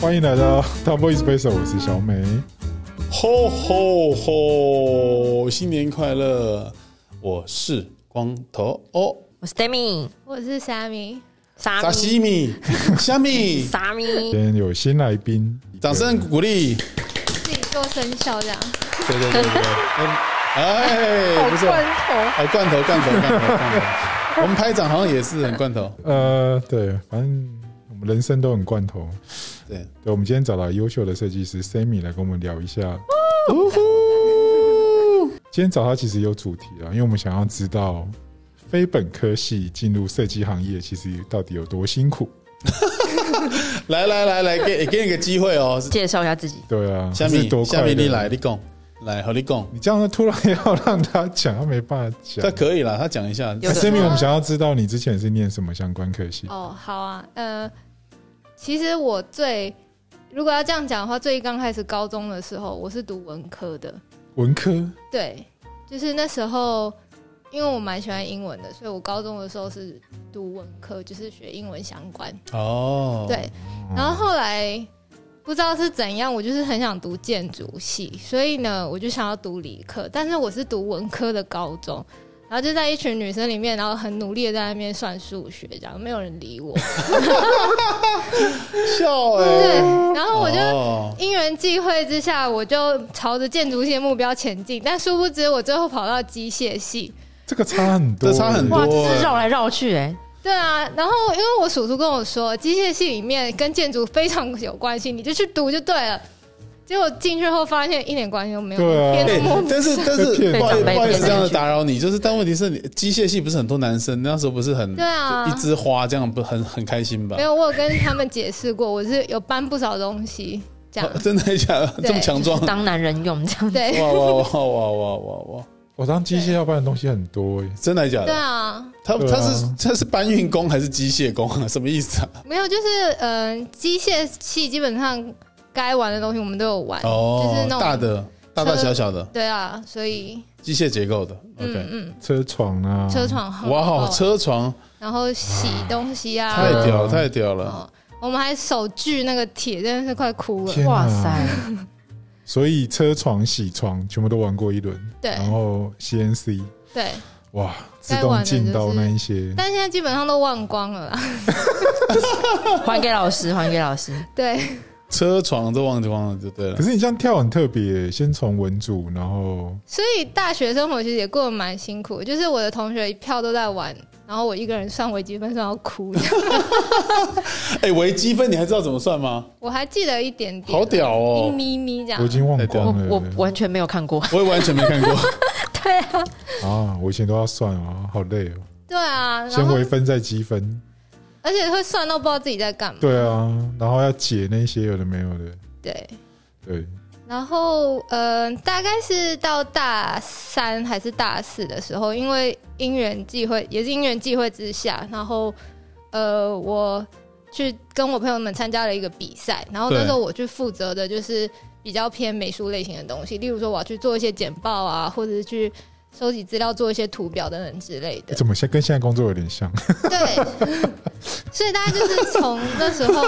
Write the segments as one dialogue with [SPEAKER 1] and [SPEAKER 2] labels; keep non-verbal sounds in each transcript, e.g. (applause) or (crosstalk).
[SPEAKER 1] 欢迎来到 (laughs) Double Espresso，我是小美。
[SPEAKER 2] 吼吼吼！新年快乐！我是光头哦，
[SPEAKER 3] 我是 Demi，
[SPEAKER 4] 我是 Sammy，
[SPEAKER 3] 沙
[SPEAKER 2] 沙
[SPEAKER 3] 咪，
[SPEAKER 2] 西米，虾米，
[SPEAKER 3] 沙咪
[SPEAKER 1] 今，天有新来宾，
[SPEAKER 2] 掌声鼓励！
[SPEAKER 4] 自己做生肖这样，
[SPEAKER 2] 对对对对，哎，不错，
[SPEAKER 4] 头，
[SPEAKER 2] 哎，罐头，罐头，罐头，罐头。我们拍掌好像也是很罐头，
[SPEAKER 1] 呃，对，反正我们人生都很罐头。
[SPEAKER 2] 对，
[SPEAKER 1] 对，我们今天找到优秀的设计师 Sammy 来跟我们聊一下。
[SPEAKER 2] 呜呼
[SPEAKER 1] 今天找他其实有主题啊，因为我们想要知道非本科系进入设计行业其实到底有多辛苦。
[SPEAKER 2] 来来来来，给给你个机会哦，
[SPEAKER 3] 介绍一下自己，
[SPEAKER 1] 对啊，
[SPEAKER 2] 虾
[SPEAKER 1] 是
[SPEAKER 2] 米
[SPEAKER 1] 多，快
[SPEAKER 2] 虾米，
[SPEAKER 1] 乐
[SPEAKER 2] 你来，，你讲，来和你讲，
[SPEAKER 1] 你这样突然要让他讲，他没办法讲
[SPEAKER 2] 他。可以了，他讲一下。
[SPEAKER 3] 有的
[SPEAKER 1] Sammy，我们想要知道你之前是念什么相关科系？
[SPEAKER 4] 哦，好啊，呃，其实我最如果要这样讲的话，最刚开始高中的时候，我是读文科的，
[SPEAKER 1] 文科。
[SPEAKER 4] 对，就是那时候因为我蛮喜欢英文的，所以我高中的时候是读文科，就是学英文相关，
[SPEAKER 2] 哦，
[SPEAKER 4] 对，然后后来。不知道是怎样，我就是很想读建筑系，所以呢，我就想要读理科，但是我是读文科的高中，然后就在一群女生里面，然后很努力的在那边算数学，这样没有人理我。
[SPEAKER 2] 笑哦
[SPEAKER 4] 对
[SPEAKER 2] 哎，，
[SPEAKER 4] 然后我就
[SPEAKER 2] 就
[SPEAKER 4] 因缘际会之下，我就朝着建筑系的目标前进，但殊不知我最后跑到机械系。
[SPEAKER 1] 这个差很多，欸
[SPEAKER 2] 这差很多
[SPEAKER 3] 哇，
[SPEAKER 2] 哎
[SPEAKER 3] 这是绕来绕去哎、
[SPEAKER 4] 对啊，然后因为我叔叔跟我说，机械系里面跟建筑非常有关系，你就去读就对了。结果进去后发现一点关系都没有，
[SPEAKER 1] 对啊
[SPEAKER 4] 变得
[SPEAKER 2] 哎
[SPEAKER 4] 摸不
[SPEAKER 2] 但是但
[SPEAKER 1] 被骗
[SPEAKER 2] 是
[SPEAKER 1] 了
[SPEAKER 2] 不好意思
[SPEAKER 3] 被长辈
[SPEAKER 2] 不好意思
[SPEAKER 3] 骗
[SPEAKER 2] 这样
[SPEAKER 3] 进
[SPEAKER 2] 的
[SPEAKER 3] 去
[SPEAKER 2] 打扰你，就是但问题是你机械系不是很多男生那时候不是很
[SPEAKER 4] 对啊
[SPEAKER 2] 就一枝花这样不很很开心吧
[SPEAKER 4] 没？有，我有跟他们解释过，我是有搬不少东西这样
[SPEAKER 2] 哦。 (laughs) 真的假的
[SPEAKER 4] 对
[SPEAKER 2] 这么强壮？哇
[SPEAKER 3] 当男人用这样子，
[SPEAKER 4] 对
[SPEAKER 2] 哇哇哇哇哇哇！
[SPEAKER 1] 我当机械要搬的东西很多欸耶，
[SPEAKER 2] 真的假
[SPEAKER 4] 对
[SPEAKER 2] 的？
[SPEAKER 4] 啊，
[SPEAKER 2] 他
[SPEAKER 1] 对啊
[SPEAKER 2] 他是他是搬运工还是机械工啊？什 (laughs) 么意思啊？
[SPEAKER 4] 没有，就是嗯，呃机、械系基本上该玩的东西我们都有玩，就是
[SPEAKER 2] 哦，
[SPEAKER 4] 那种
[SPEAKER 2] 大的大大小小的
[SPEAKER 4] 对啊，所以
[SPEAKER 2] 机械结构的
[SPEAKER 4] 嗯
[SPEAKER 2] ，OK。
[SPEAKER 4] 嗯，
[SPEAKER 1] 车床啊，
[SPEAKER 4] 车，床好
[SPEAKER 2] 哇哦，
[SPEAKER 4] 哦
[SPEAKER 2] 车床
[SPEAKER 4] 然后洗东西啊，
[SPEAKER 2] 太屌
[SPEAKER 1] 啊
[SPEAKER 2] 了太屌了！
[SPEAKER 4] 哦，我们还手锯那个铁，真的是快哭了。
[SPEAKER 1] 天
[SPEAKER 3] 哇
[SPEAKER 1] 啊！
[SPEAKER 3] 塞，
[SPEAKER 1] 所以车床、铣床全部都玩过一轮，
[SPEAKER 4] 对
[SPEAKER 1] 然后 CNC，
[SPEAKER 4] 对，
[SPEAKER 1] 哇，自动进到那一些，
[SPEAKER 4] 但现在基本上都忘光了啦。 (laughs)
[SPEAKER 3] 还给老师，还给老
[SPEAKER 2] (laughs)
[SPEAKER 3] 师，
[SPEAKER 4] 对，
[SPEAKER 2] 车床都忘记忘了就对了
[SPEAKER 1] 可。是你这样跳很特别，欸先从文组，然后
[SPEAKER 4] 所以大学生活其实也过得蛮辛苦，就是我的同学一票都在玩，然后我一个人算微积分算到哭。
[SPEAKER 2] 哎，微积分你还知道怎么算吗？
[SPEAKER 4] 我还记得一点点，
[SPEAKER 2] 好屌
[SPEAKER 4] 一
[SPEAKER 2] 哦！
[SPEAKER 4] 咪咪这样
[SPEAKER 1] 我已。经忘
[SPEAKER 3] 我
[SPEAKER 1] 光
[SPEAKER 3] 我
[SPEAKER 1] 了欸
[SPEAKER 3] 完全没有看过，
[SPEAKER 2] 我也完全没看过。
[SPEAKER 3] 对啊，
[SPEAKER 1] 啊！我以前都要算啊，好累哦，
[SPEAKER 4] (laughs) 对啊，然
[SPEAKER 1] 先
[SPEAKER 4] 后
[SPEAKER 1] 微分再积分，
[SPEAKER 4] 而且会算到不知道自己在干嘛。
[SPEAKER 1] 对啊，然后要解那些有的没有的，
[SPEAKER 4] 对。
[SPEAKER 1] 对，
[SPEAKER 4] 然后，嗯、大概是到大三还是大四的时候，因为因缘际会，也是因缘际会之下，然后，呃，我去跟我朋友们参加了一个比赛，然后那
[SPEAKER 2] 对
[SPEAKER 4] 时候我去负责的就是比较偏美术类型的东西，例如说我要去做一些简报啊，或者是去收集资料、做一些图表等等之类的。
[SPEAKER 1] 怎么现跟现在工作有点像？
[SPEAKER 4] 对，所以大家就是从那时候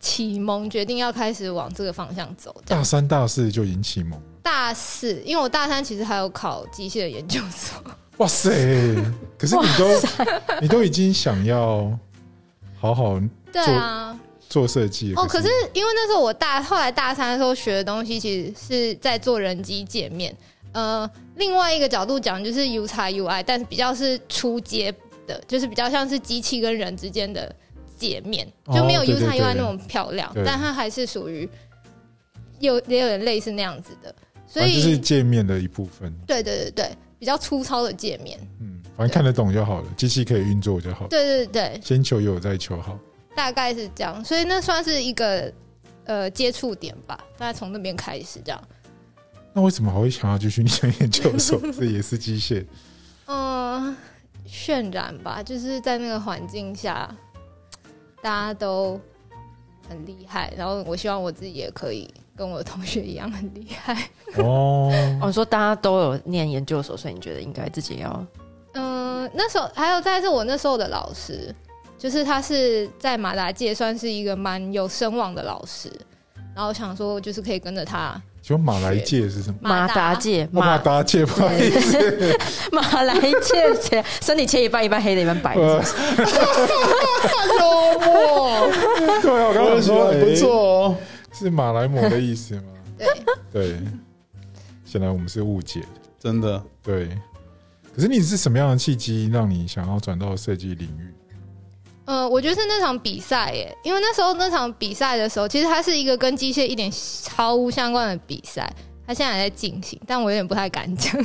[SPEAKER 4] 启蒙，决定要开始往这个方向走，这样
[SPEAKER 1] 大。三、大四就已经启蒙了，
[SPEAKER 4] 大四，因为我大三其实还有考机械的研究
[SPEAKER 1] (laughs)
[SPEAKER 4] 所，
[SPEAKER 1] 哇塞！可是你都你都已经想要好好
[SPEAKER 4] 对啊，
[SPEAKER 1] 做设计
[SPEAKER 4] 哦，可是因为那时候我大后来大三的时候学的东西，其实是在做人机界面。呃，另外一个角度讲就是 U 叉 UI，但是比较是出街的，就是比较像是机器跟人之间的界面，
[SPEAKER 1] 哦
[SPEAKER 4] 就没有
[SPEAKER 1] 对
[SPEAKER 4] U
[SPEAKER 1] 对
[SPEAKER 4] 叉
[SPEAKER 1] 对
[SPEAKER 4] UI 那么漂亮，
[SPEAKER 1] 对
[SPEAKER 4] 但它还是属于有也有点类似那样子的，所
[SPEAKER 1] 反正
[SPEAKER 4] 以、
[SPEAKER 1] 就是界面的一部分，
[SPEAKER 4] 对对对对，比较粗糙的界面，
[SPEAKER 1] 嗯，反正看得懂就好了，机器可以运作就好，
[SPEAKER 4] 对对对，
[SPEAKER 1] 先求有再求好。
[SPEAKER 4] 大概是这样，所以那算是一个呃接触点吧，大概从那边开始这样。
[SPEAKER 1] 那为什么还会想要继续念研究所？这也是机械，
[SPEAKER 4] 嗯，渲染吧，就是在那个环境下，大家都很厉害，然后我希望我自己也可以跟我的同学一样很厉害。 (laughs)
[SPEAKER 1] 哦，
[SPEAKER 3] 我、你说大家都有念研究所，所以你觉得应该自己要
[SPEAKER 4] 呃嗯，那时候还有再来是我那时候的老师，就是他是在马达界算是一个蛮有声望的老师，然后我想说就是可以跟着他
[SPEAKER 1] 就马来界是什么？
[SPEAKER 3] 马达界，
[SPEAKER 1] 哦马
[SPEAKER 3] 马
[SPEAKER 1] 达界，不好意思，
[SPEAKER 3] (laughs) 马来界切，身体切一半，一半黑的，一半白的。
[SPEAKER 1] 呃，
[SPEAKER 2] 幽默，
[SPEAKER 1] (laughs) 对啊，我刚
[SPEAKER 2] 我
[SPEAKER 1] 刚
[SPEAKER 2] 喜
[SPEAKER 1] 说
[SPEAKER 2] 欢，不
[SPEAKER 1] 哎
[SPEAKER 2] 错哦。
[SPEAKER 1] 是马来貘的意思吗？
[SPEAKER 4] 对
[SPEAKER 1] 对，显然我们是误解的。
[SPEAKER 2] 真的，
[SPEAKER 1] 对，可是你是什么样的契机让你想要转到设计领域？
[SPEAKER 4] 呃，我觉得是那场比赛耶，因为那时候那场比赛的时候，其实它是一个跟机械一点毫无相关的比赛，它现在还在进行，但我有点不太敢讲。 (laughs)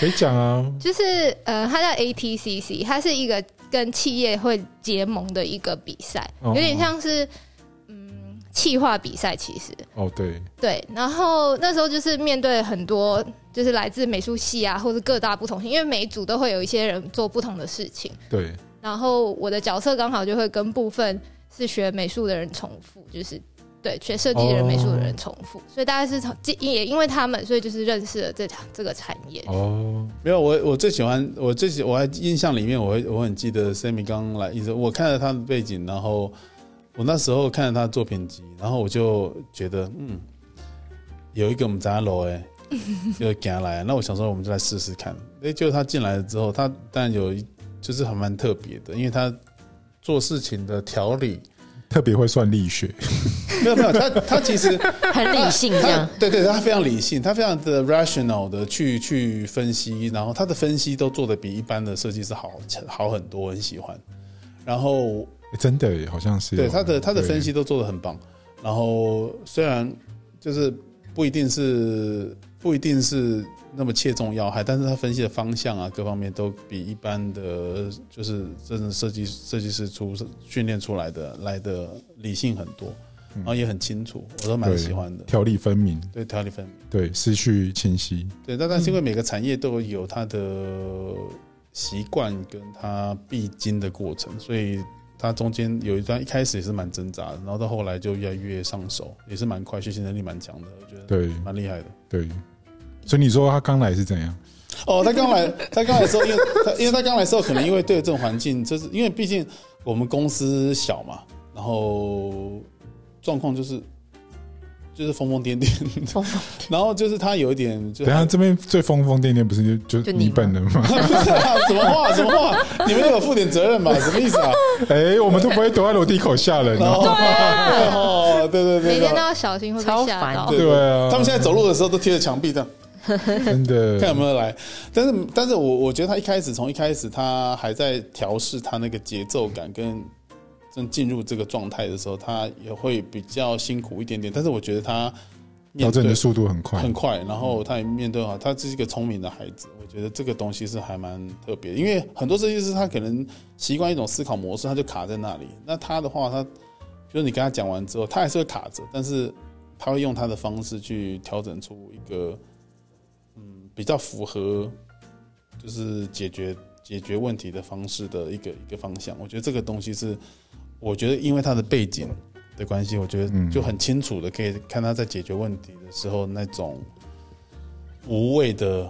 [SPEAKER 1] 可以讲啊， (laughs)
[SPEAKER 4] 就是呃，它叫 ATCC，它是一个跟企业会结盟的一个比赛，
[SPEAKER 1] 哦
[SPEAKER 4] 有点像是嗯企划比赛，其实
[SPEAKER 1] 哦，对，
[SPEAKER 4] 对。然后那时候就是面对很多就是来自美术系啊，或者各大不同系，因为每一组都会有一些人做不同的事情。
[SPEAKER 1] 对，
[SPEAKER 4] 然后我的角色刚好就会跟部分是学美术的人重复，就是对学设计的人、
[SPEAKER 1] 哦
[SPEAKER 4] 美术的人重复，所以大概是从也因为他们，所以就是认识了这条这个产业。
[SPEAKER 1] 哦，
[SPEAKER 2] 没有我我最喜欢我最喜我还印象里面我会我很记得 Sammy 刚来一直我看了他的背景，然后我那时候看了他的作品集，然后我就觉得嗯，有一个我们家楼 (laughs) 哎，就赶来，那我想说我们就来试试看。哎，就他进来了之后，他当然有一就是还蛮特别的，因为他做事情的条理
[SPEAKER 1] 特别会算力学，
[SPEAKER 2] 没有没有，他他其实
[SPEAKER 3] 很理性
[SPEAKER 2] (laughs)
[SPEAKER 3] 这样。
[SPEAKER 2] 对对，他非常理性，他非常的 rational 的去去分析，然后他的分析都做的比一般的设计师好好很多，我很喜欢。然后
[SPEAKER 1] 诶 (laughs) 真的耶好像是
[SPEAKER 2] 对
[SPEAKER 1] 哦
[SPEAKER 2] 他的他的
[SPEAKER 1] 对
[SPEAKER 2] 分析都做的很棒。然后虽然就是不一定是不一定是那么切中要害，但是他分析的方向啊各方面都比一般的就是真正设计设计师出训练出来的来的理性很多，然后也很清楚，我都蛮
[SPEAKER 1] 对
[SPEAKER 2] 喜欢的。
[SPEAKER 1] 条理分明，
[SPEAKER 2] 对条理分明。
[SPEAKER 1] 对，思绪清晰，
[SPEAKER 2] 对，但但是因为每个产业都有它的习惯跟它必经的过程，所以它中间有一段一开始也是蛮挣扎的，然后到后来就越来越上手，也是蛮快，学习能力蛮强的，我觉得
[SPEAKER 1] 对
[SPEAKER 2] 蛮厉害的。
[SPEAKER 1] 对。所以你说他刚来是怎样？
[SPEAKER 2] 哦，他刚来，他刚来的时候， (laughs) 因为他因为他刚来的时候，可能因为对这种环境，就是因为毕竟我们公司小嘛，然后状况就是就是疯疯癫癫，
[SPEAKER 3] 疯疯
[SPEAKER 2] (laughs) 然后就是他有一点就
[SPEAKER 1] 等一下这边最疯疯癫癫不是就就
[SPEAKER 3] 就
[SPEAKER 1] 你
[SPEAKER 3] 你吗
[SPEAKER 1] 本人吗？ (laughs)
[SPEAKER 2] (laughs) 什么话？什么话？你们有负点责任
[SPEAKER 4] (laughs)
[SPEAKER 2] 吧？什么意思啊？
[SPEAKER 1] 哎，我们都不会躲在楼梯口吓人
[SPEAKER 2] 然
[SPEAKER 1] 哦。
[SPEAKER 2] 后哦，对对
[SPEAKER 4] 啊
[SPEAKER 2] 对
[SPEAKER 4] 每天都
[SPEAKER 2] 对。
[SPEAKER 4] 要小心会被
[SPEAKER 3] 超
[SPEAKER 4] 吓
[SPEAKER 3] 烦
[SPEAKER 4] 到
[SPEAKER 3] 的。
[SPEAKER 1] 对啊
[SPEAKER 2] 他们现在走路的时候都贴着墙壁这样，
[SPEAKER 1] 真的，
[SPEAKER 2] 看有没有来。但是，但是我我觉得他一开始从一开始他还在调试他那个节奏感跟正进入这个状态的时候，他也会比较辛苦一点点。但是我觉得他
[SPEAKER 1] 调
[SPEAKER 2] 面
[SPEAKER 1] 整
[SPEAKER 2] 对
[SPEAKER 1] 的速度很快
[SPEAKER 2] 很，快，然后他也面对好，他是一个聪明的孩子，我觉得这个东西是还蛮特别的，因为很多设计师他可能习惯一种思考模式，他就卡在那里。那他的话，他就是你跟他讲完之后，他还是会卡着，但是他会用他的方式去调整出一个嗯比较符合就是解决解决问题的方式的一个一个方向。我觉得这个东西是，我觉得因为他的背景的关系，我觉
[SPEAKER 1] 嗯
[SPEAKER 2] 得就很清楚的可以看他在解决问题的时候那种无畏的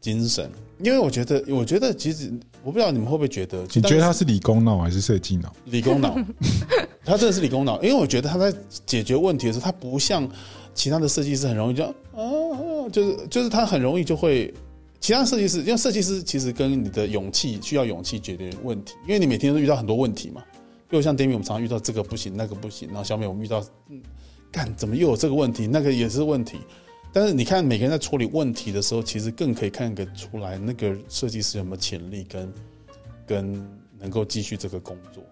[SPEAKER 2] 精神。因为我觉得，我觉得其实我不知道你们会不会觉得，
[SPEAKER 1] 你觉得
[SPEAKER 2] 当
[SPEAKER 1] 他
[SPEAKER 2] 时
[SPEAKER 1] 是理工脑还是设计脑？
[SPEAKER 2] 理工脑，他真的是理工脑，因为我觉得他在解决问题的时候，他不像其他的设计师很容易就啊，啊就是就是他很容易就会。其他设计师，因为设计师其实跟你的勇气需要勇气解决问题，因为你每天都遇到很多问题嘛。比如像 d a m i 我们常常遇到这个不行，那个不行，然后小美我们遇到，嗯，干怎么又有这个问题，那个也是问题。但是你看每个人在处理问题的时候，其实更可以看得出来那个设计师有没有潜力跟跟能够继续这个工作。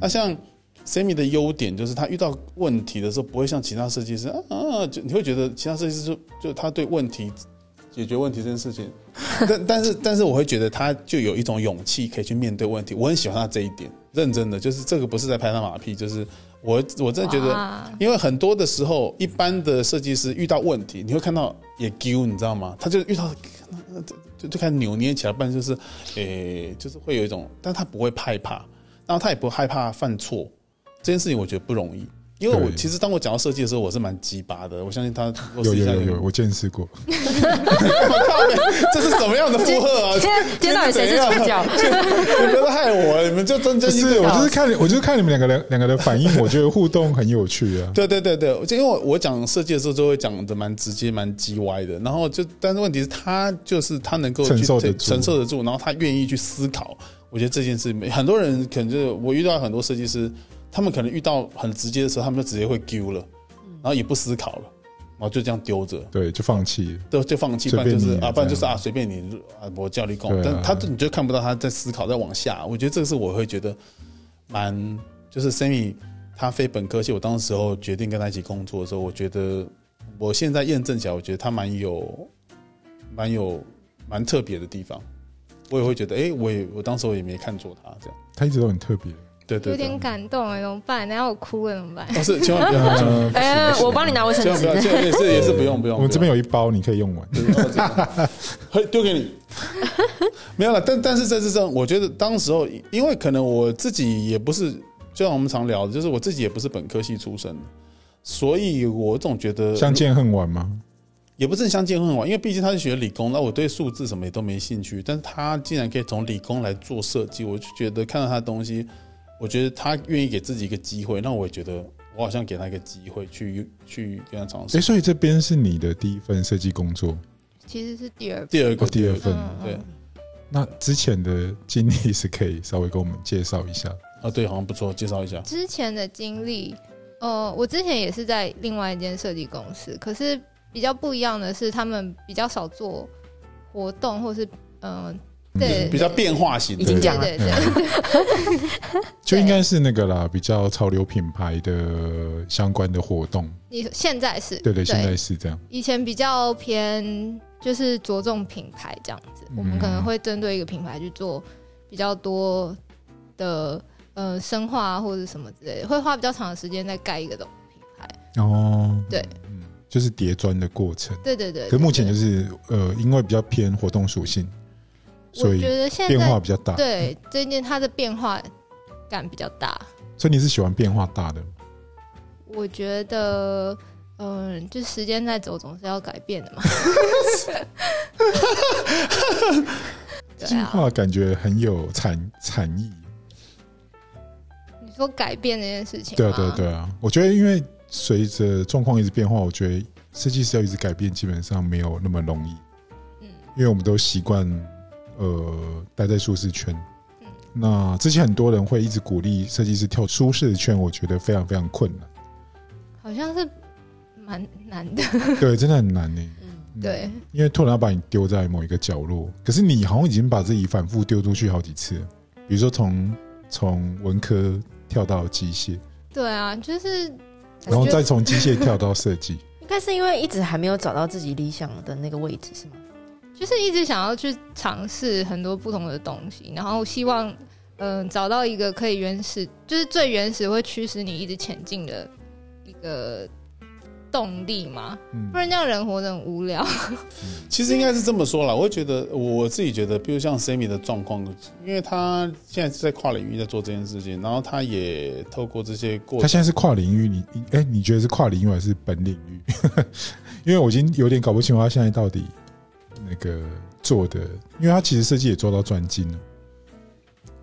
[SPEAKER 2] 那像 Sammy 的优点就是他遇到问题的时候不会像其他设计师啊啊，就你会觉得其他设计师就就他对问题解决问题这件事情，但但是但是我会觉得他就有一种勇气可以去面对问题，我很喜欢他这一点，认真的就是这个不是在拍他马屁，就是我我真的觉得。
[SPEAKER 4] 哇
[SPEAKER 2] 因为很多的时候，一般的设计师遇到问题，你会看到也丢，你知道吗？他就遇到就就开始扭捏起来，不然就是，诶、就是会有一种，但他不会害怕，然后他也不害怕犯错，这件事情我觉得不容易。因为我
[SPEAKER 1] 对
[SPEAKER 2] 其实当我讲到设计的时候，我是蛮鸡巴的。我相信他如
[SPEAKER 1] 有
[SPEAKER 2] 果私底
[SPEAKER 1] 有
[SPEAKER 2] 下
[SPEAKER 1] 有有，，我见识过。
[SPEAKER 2] (laughs) 我靠北，这是什么样的负荷啊？
[SPEAKER 3] 今天今天到底
[SPEAKER 2] (laughs)
[SPEAKER 3] 谁是主角？
[SPEAKER 2] 你不要害我，你们就真真
[SPEAKER 1] 不
[SPEAKER 2] 心
[SPEAKER 1] 是，我就是看你，我就是看你们两个人两个的反应，我觉得互动很有趣啊。
[SPEAKER 2] 对对对对，就因为我我讲设计的时候，就会讲的蛮直接、蛮叽歪的。然后就，但是问题是，他就是他能够去
[SPEAKER 1] 承受得
[SPEAKER 2] 承
[SPEAKER 1] 住
[SPEAKER 2] 承受得住，然后他愿意去思考。我觉得这件事，很多人可能就是我遇到很多设计师，他们可能遇到很直接的时候，他们就直接会丢了，然后也不思考了，然后就这样丢着。
[SPEAKER 1] 对，就放弃了。
[SPEAKER 2] 都就放弃，不
[SPEAKER 1] 随
[SPEAKER 2] 然就
[SPEAKER 1] 便
[SPEAKER 2] 是
[SPEAKER 1] 你啊
[SPEAKER 2] 啊，不然就是
[SPEAKER 1] 这样
[SPEAKER 2] 啊，随便你啊，我叫你讲
[SPEAKER 1] 对啊，
[SPEAKER 2] 但他你就看不到他在思考，在往下。我觉得这个是我会觉得蛮，就是 Sammy 他非本科系，我当时候决定跟他一起工作的时候，我觉得我现在验证起来，我觉得他蛮有蛮有蛮特别的地方。我也会觉得，哎、我也我当时候也没看错他这样。
[SPEAKER 1] 他一直都很特别。
[SPEAKER 2] 对对
[SPEAKER 4] 有
[SPEAKER 2] 对
[SPEAKER 4] 点，感动哎，怎么办？然后我哭了怎么办？
[SPEAKER 2] 但哦是千万不
[SPEAKER 4] (laughs)
[SPEAKER 2] 要，
[SPEAKER 1] 呃，
[SPEAKER 3] (laughs) 哎，
[SPEAKER 2] (laughs)
[SPEAKER 3] 我帮你拿卫生
[SPEAKER 2] 千万不
[SPEAKER 3] 纸
[SPEAKER 2] 要，。千万也是也是不用不用。
[SPEAKER 1] 我们这
[SPEAKER 2] 不
[SPEAKER 1] 边
[SPEAKER 2] 用
[SPEAKER 1] 有一包，你可以用完。
[SPEAKER 2] 嗯 (laughs) 嘿，丢给你。 (laughs) 没有了，但但是在这上，我觉得当时候，因为可能我自己也不是，就像我们常聊的，就是我自己也不是本科系出身的，所以我总觉得
[SPEAKER 1] 相见恨晚吗？
[SPEAKER 2] 也不是相见恨晚，因为毕竟他是学理工，那我对数字什么也都没兴趣，但是他竟然可以从理工来做设计，我就觉得看到他的东西，我觉得他愿意给自己一个机会，那我也觉得我好像给他一个机会去去跟他尝
[SPEAKER 1] 哎，
[SPEAKER 2] 试。
[SPEAKER 1] 所以这边是你的第一份设计工作，
[SPEAKER 4] 其实是第二，
[SPEAKER 2] 第二
[SPEAKER 1] 哦，
[SPEAKER 2] 个，
[SPEAKER 1] 第二份。
[SPEAKER 4] 嗯
[SPEAKER 2] 对
[SPEAKER 1] 那之前的经历是可以稍微给我们介绍一下。
[SPEAKER 2] 啊，对，好像不错，介绍一下。
[SPEAKER 4] 之前的经历，呃，我之前也是在另外一间设计公司，可是比较不一样的是，他们比较少做活动，或是嗯、
[SPEAKER 1] 嗯
[SPEAKER 4] 对
[SPEAKER 2] 比较变化型的，
[SPEAKER 3] 已经讲了
[SPEAKER 4] 对对
[SPEAKER 1] 嗯就应该是那个啦，比较潮流品牌的相关的活动。
[SPEAKER 4] (laughs) 你现在是
[SPEAKER 1] 对对，现在是这样。
[SPEAKER 4] 以前比较偏就是着重品牌这样子，
[SPEAKER 1] 嗯
[SPEAKER 4] 我们可能会针对一个品牌去做比较多的呃深化啊或者什么之类的，会花比较长的时间在盖一个东西品牌。
[SPEAKER 1] 哦，
[SPEAKER 4] 对，
[SPEAKER 1] 嗯，就是叠砖的过程。
[SPEAKER 4] 对对对
[SPEAKER 1] 可目前
[SPEAKER 4] 对
[SPEAKER 1] 就是呃，因为比较偏活动属性，所
[SPEAKER 4] 我
[SPEAKER 1] 以
[SPEAKER 4] 觉得现
[SPEAKER 1] 变化
[SPEAKER 4] 在
[SPEAKER 1] 比较大。
[SPEAKER 4] 对最近它的变化感比较大，
[SPEAKER 1] 所以你是喜欢变化大的，
[SPEAKER 4] 我觉得。嗯，就时间在走，总是要改变的
[SPEAKER 1] (laughs)
[SPEAKER 4] 嘛。 (laughs) 对
[SPEAKER 1] 进
[SPEAKER 4] 啊，
[SPEAKER 1] 化感觉很有产产意。
[SPEAKER 4] 你说改变这件事情
[SPEAKER 1] 对啊
[SPEAKER 4] 吗，
[SPEAKER 1] 对啊，对啊，我觉得因为随着状况一直变化，我觉得设计师要一直改变，基本上没有那么容易。
[SPEAKER 4] 嗯
[SPEAKER 1] 因为我们都习惯呃待在舒适圈。
[SPEAKER 4] 嗯
[SPEAKER 1] 那之前很多人会一直鼓励设计师跳舒适圈，我觉得非常非常困
[SPEAKER 4] (laughs)
[SPEAKER 1] 难。
[SPEAKER 4] 好像是蛮难的。
[SPEAKER 1] 对，真的很难呢、嗯
[SPEAKER 4] 对，
[SPEAKER 1] 因为突然要把你丢在某一个角落，可是你好像已经把自己反复丢出去好几次了。比如说从从文科跳到机械，
[SPEAKER 4] 对啊，就是
[SPEAKER 1] 然后
[SPEAKER 4] 我觉
[SPEAKER 1] 再
[SPEAKER 4] 得
[SPEAKER 1] 从机械跳到设
[SPEAKER 4] (laughs)
[SPEAKER 1] 计，
[SPEAKER 3] 应该是因为一直还没有找到自己理想的那个位置，是吗？
[SPEAKER 4] 就是一直想要去尝试很多不同的东西，然后希望嗯、呃找到一个可以原始，就是最原始会驱使你一直前进的一个动力嘛，
[SPEAKER 1] 嗯
[SPEAKER 4] 不，然这样人活得很无聊。
[SPEAKER 2] 其实应该是这么说啦，我会觉得我自己觉得，比如像 Sammy 的状况，因为他现在是在跨领域在做这件事情，然后他也透过这些过
[SPEAKER 1] 他
[SPEAKER 2] 程，
[SPEAKER 1] 现在是跨领域，你你哎、你觉得是跨领域还是本领域？ (laughs) 因为我已经有点搞不清楚他现在到底那个做的，因为他其实设计也做到专精了，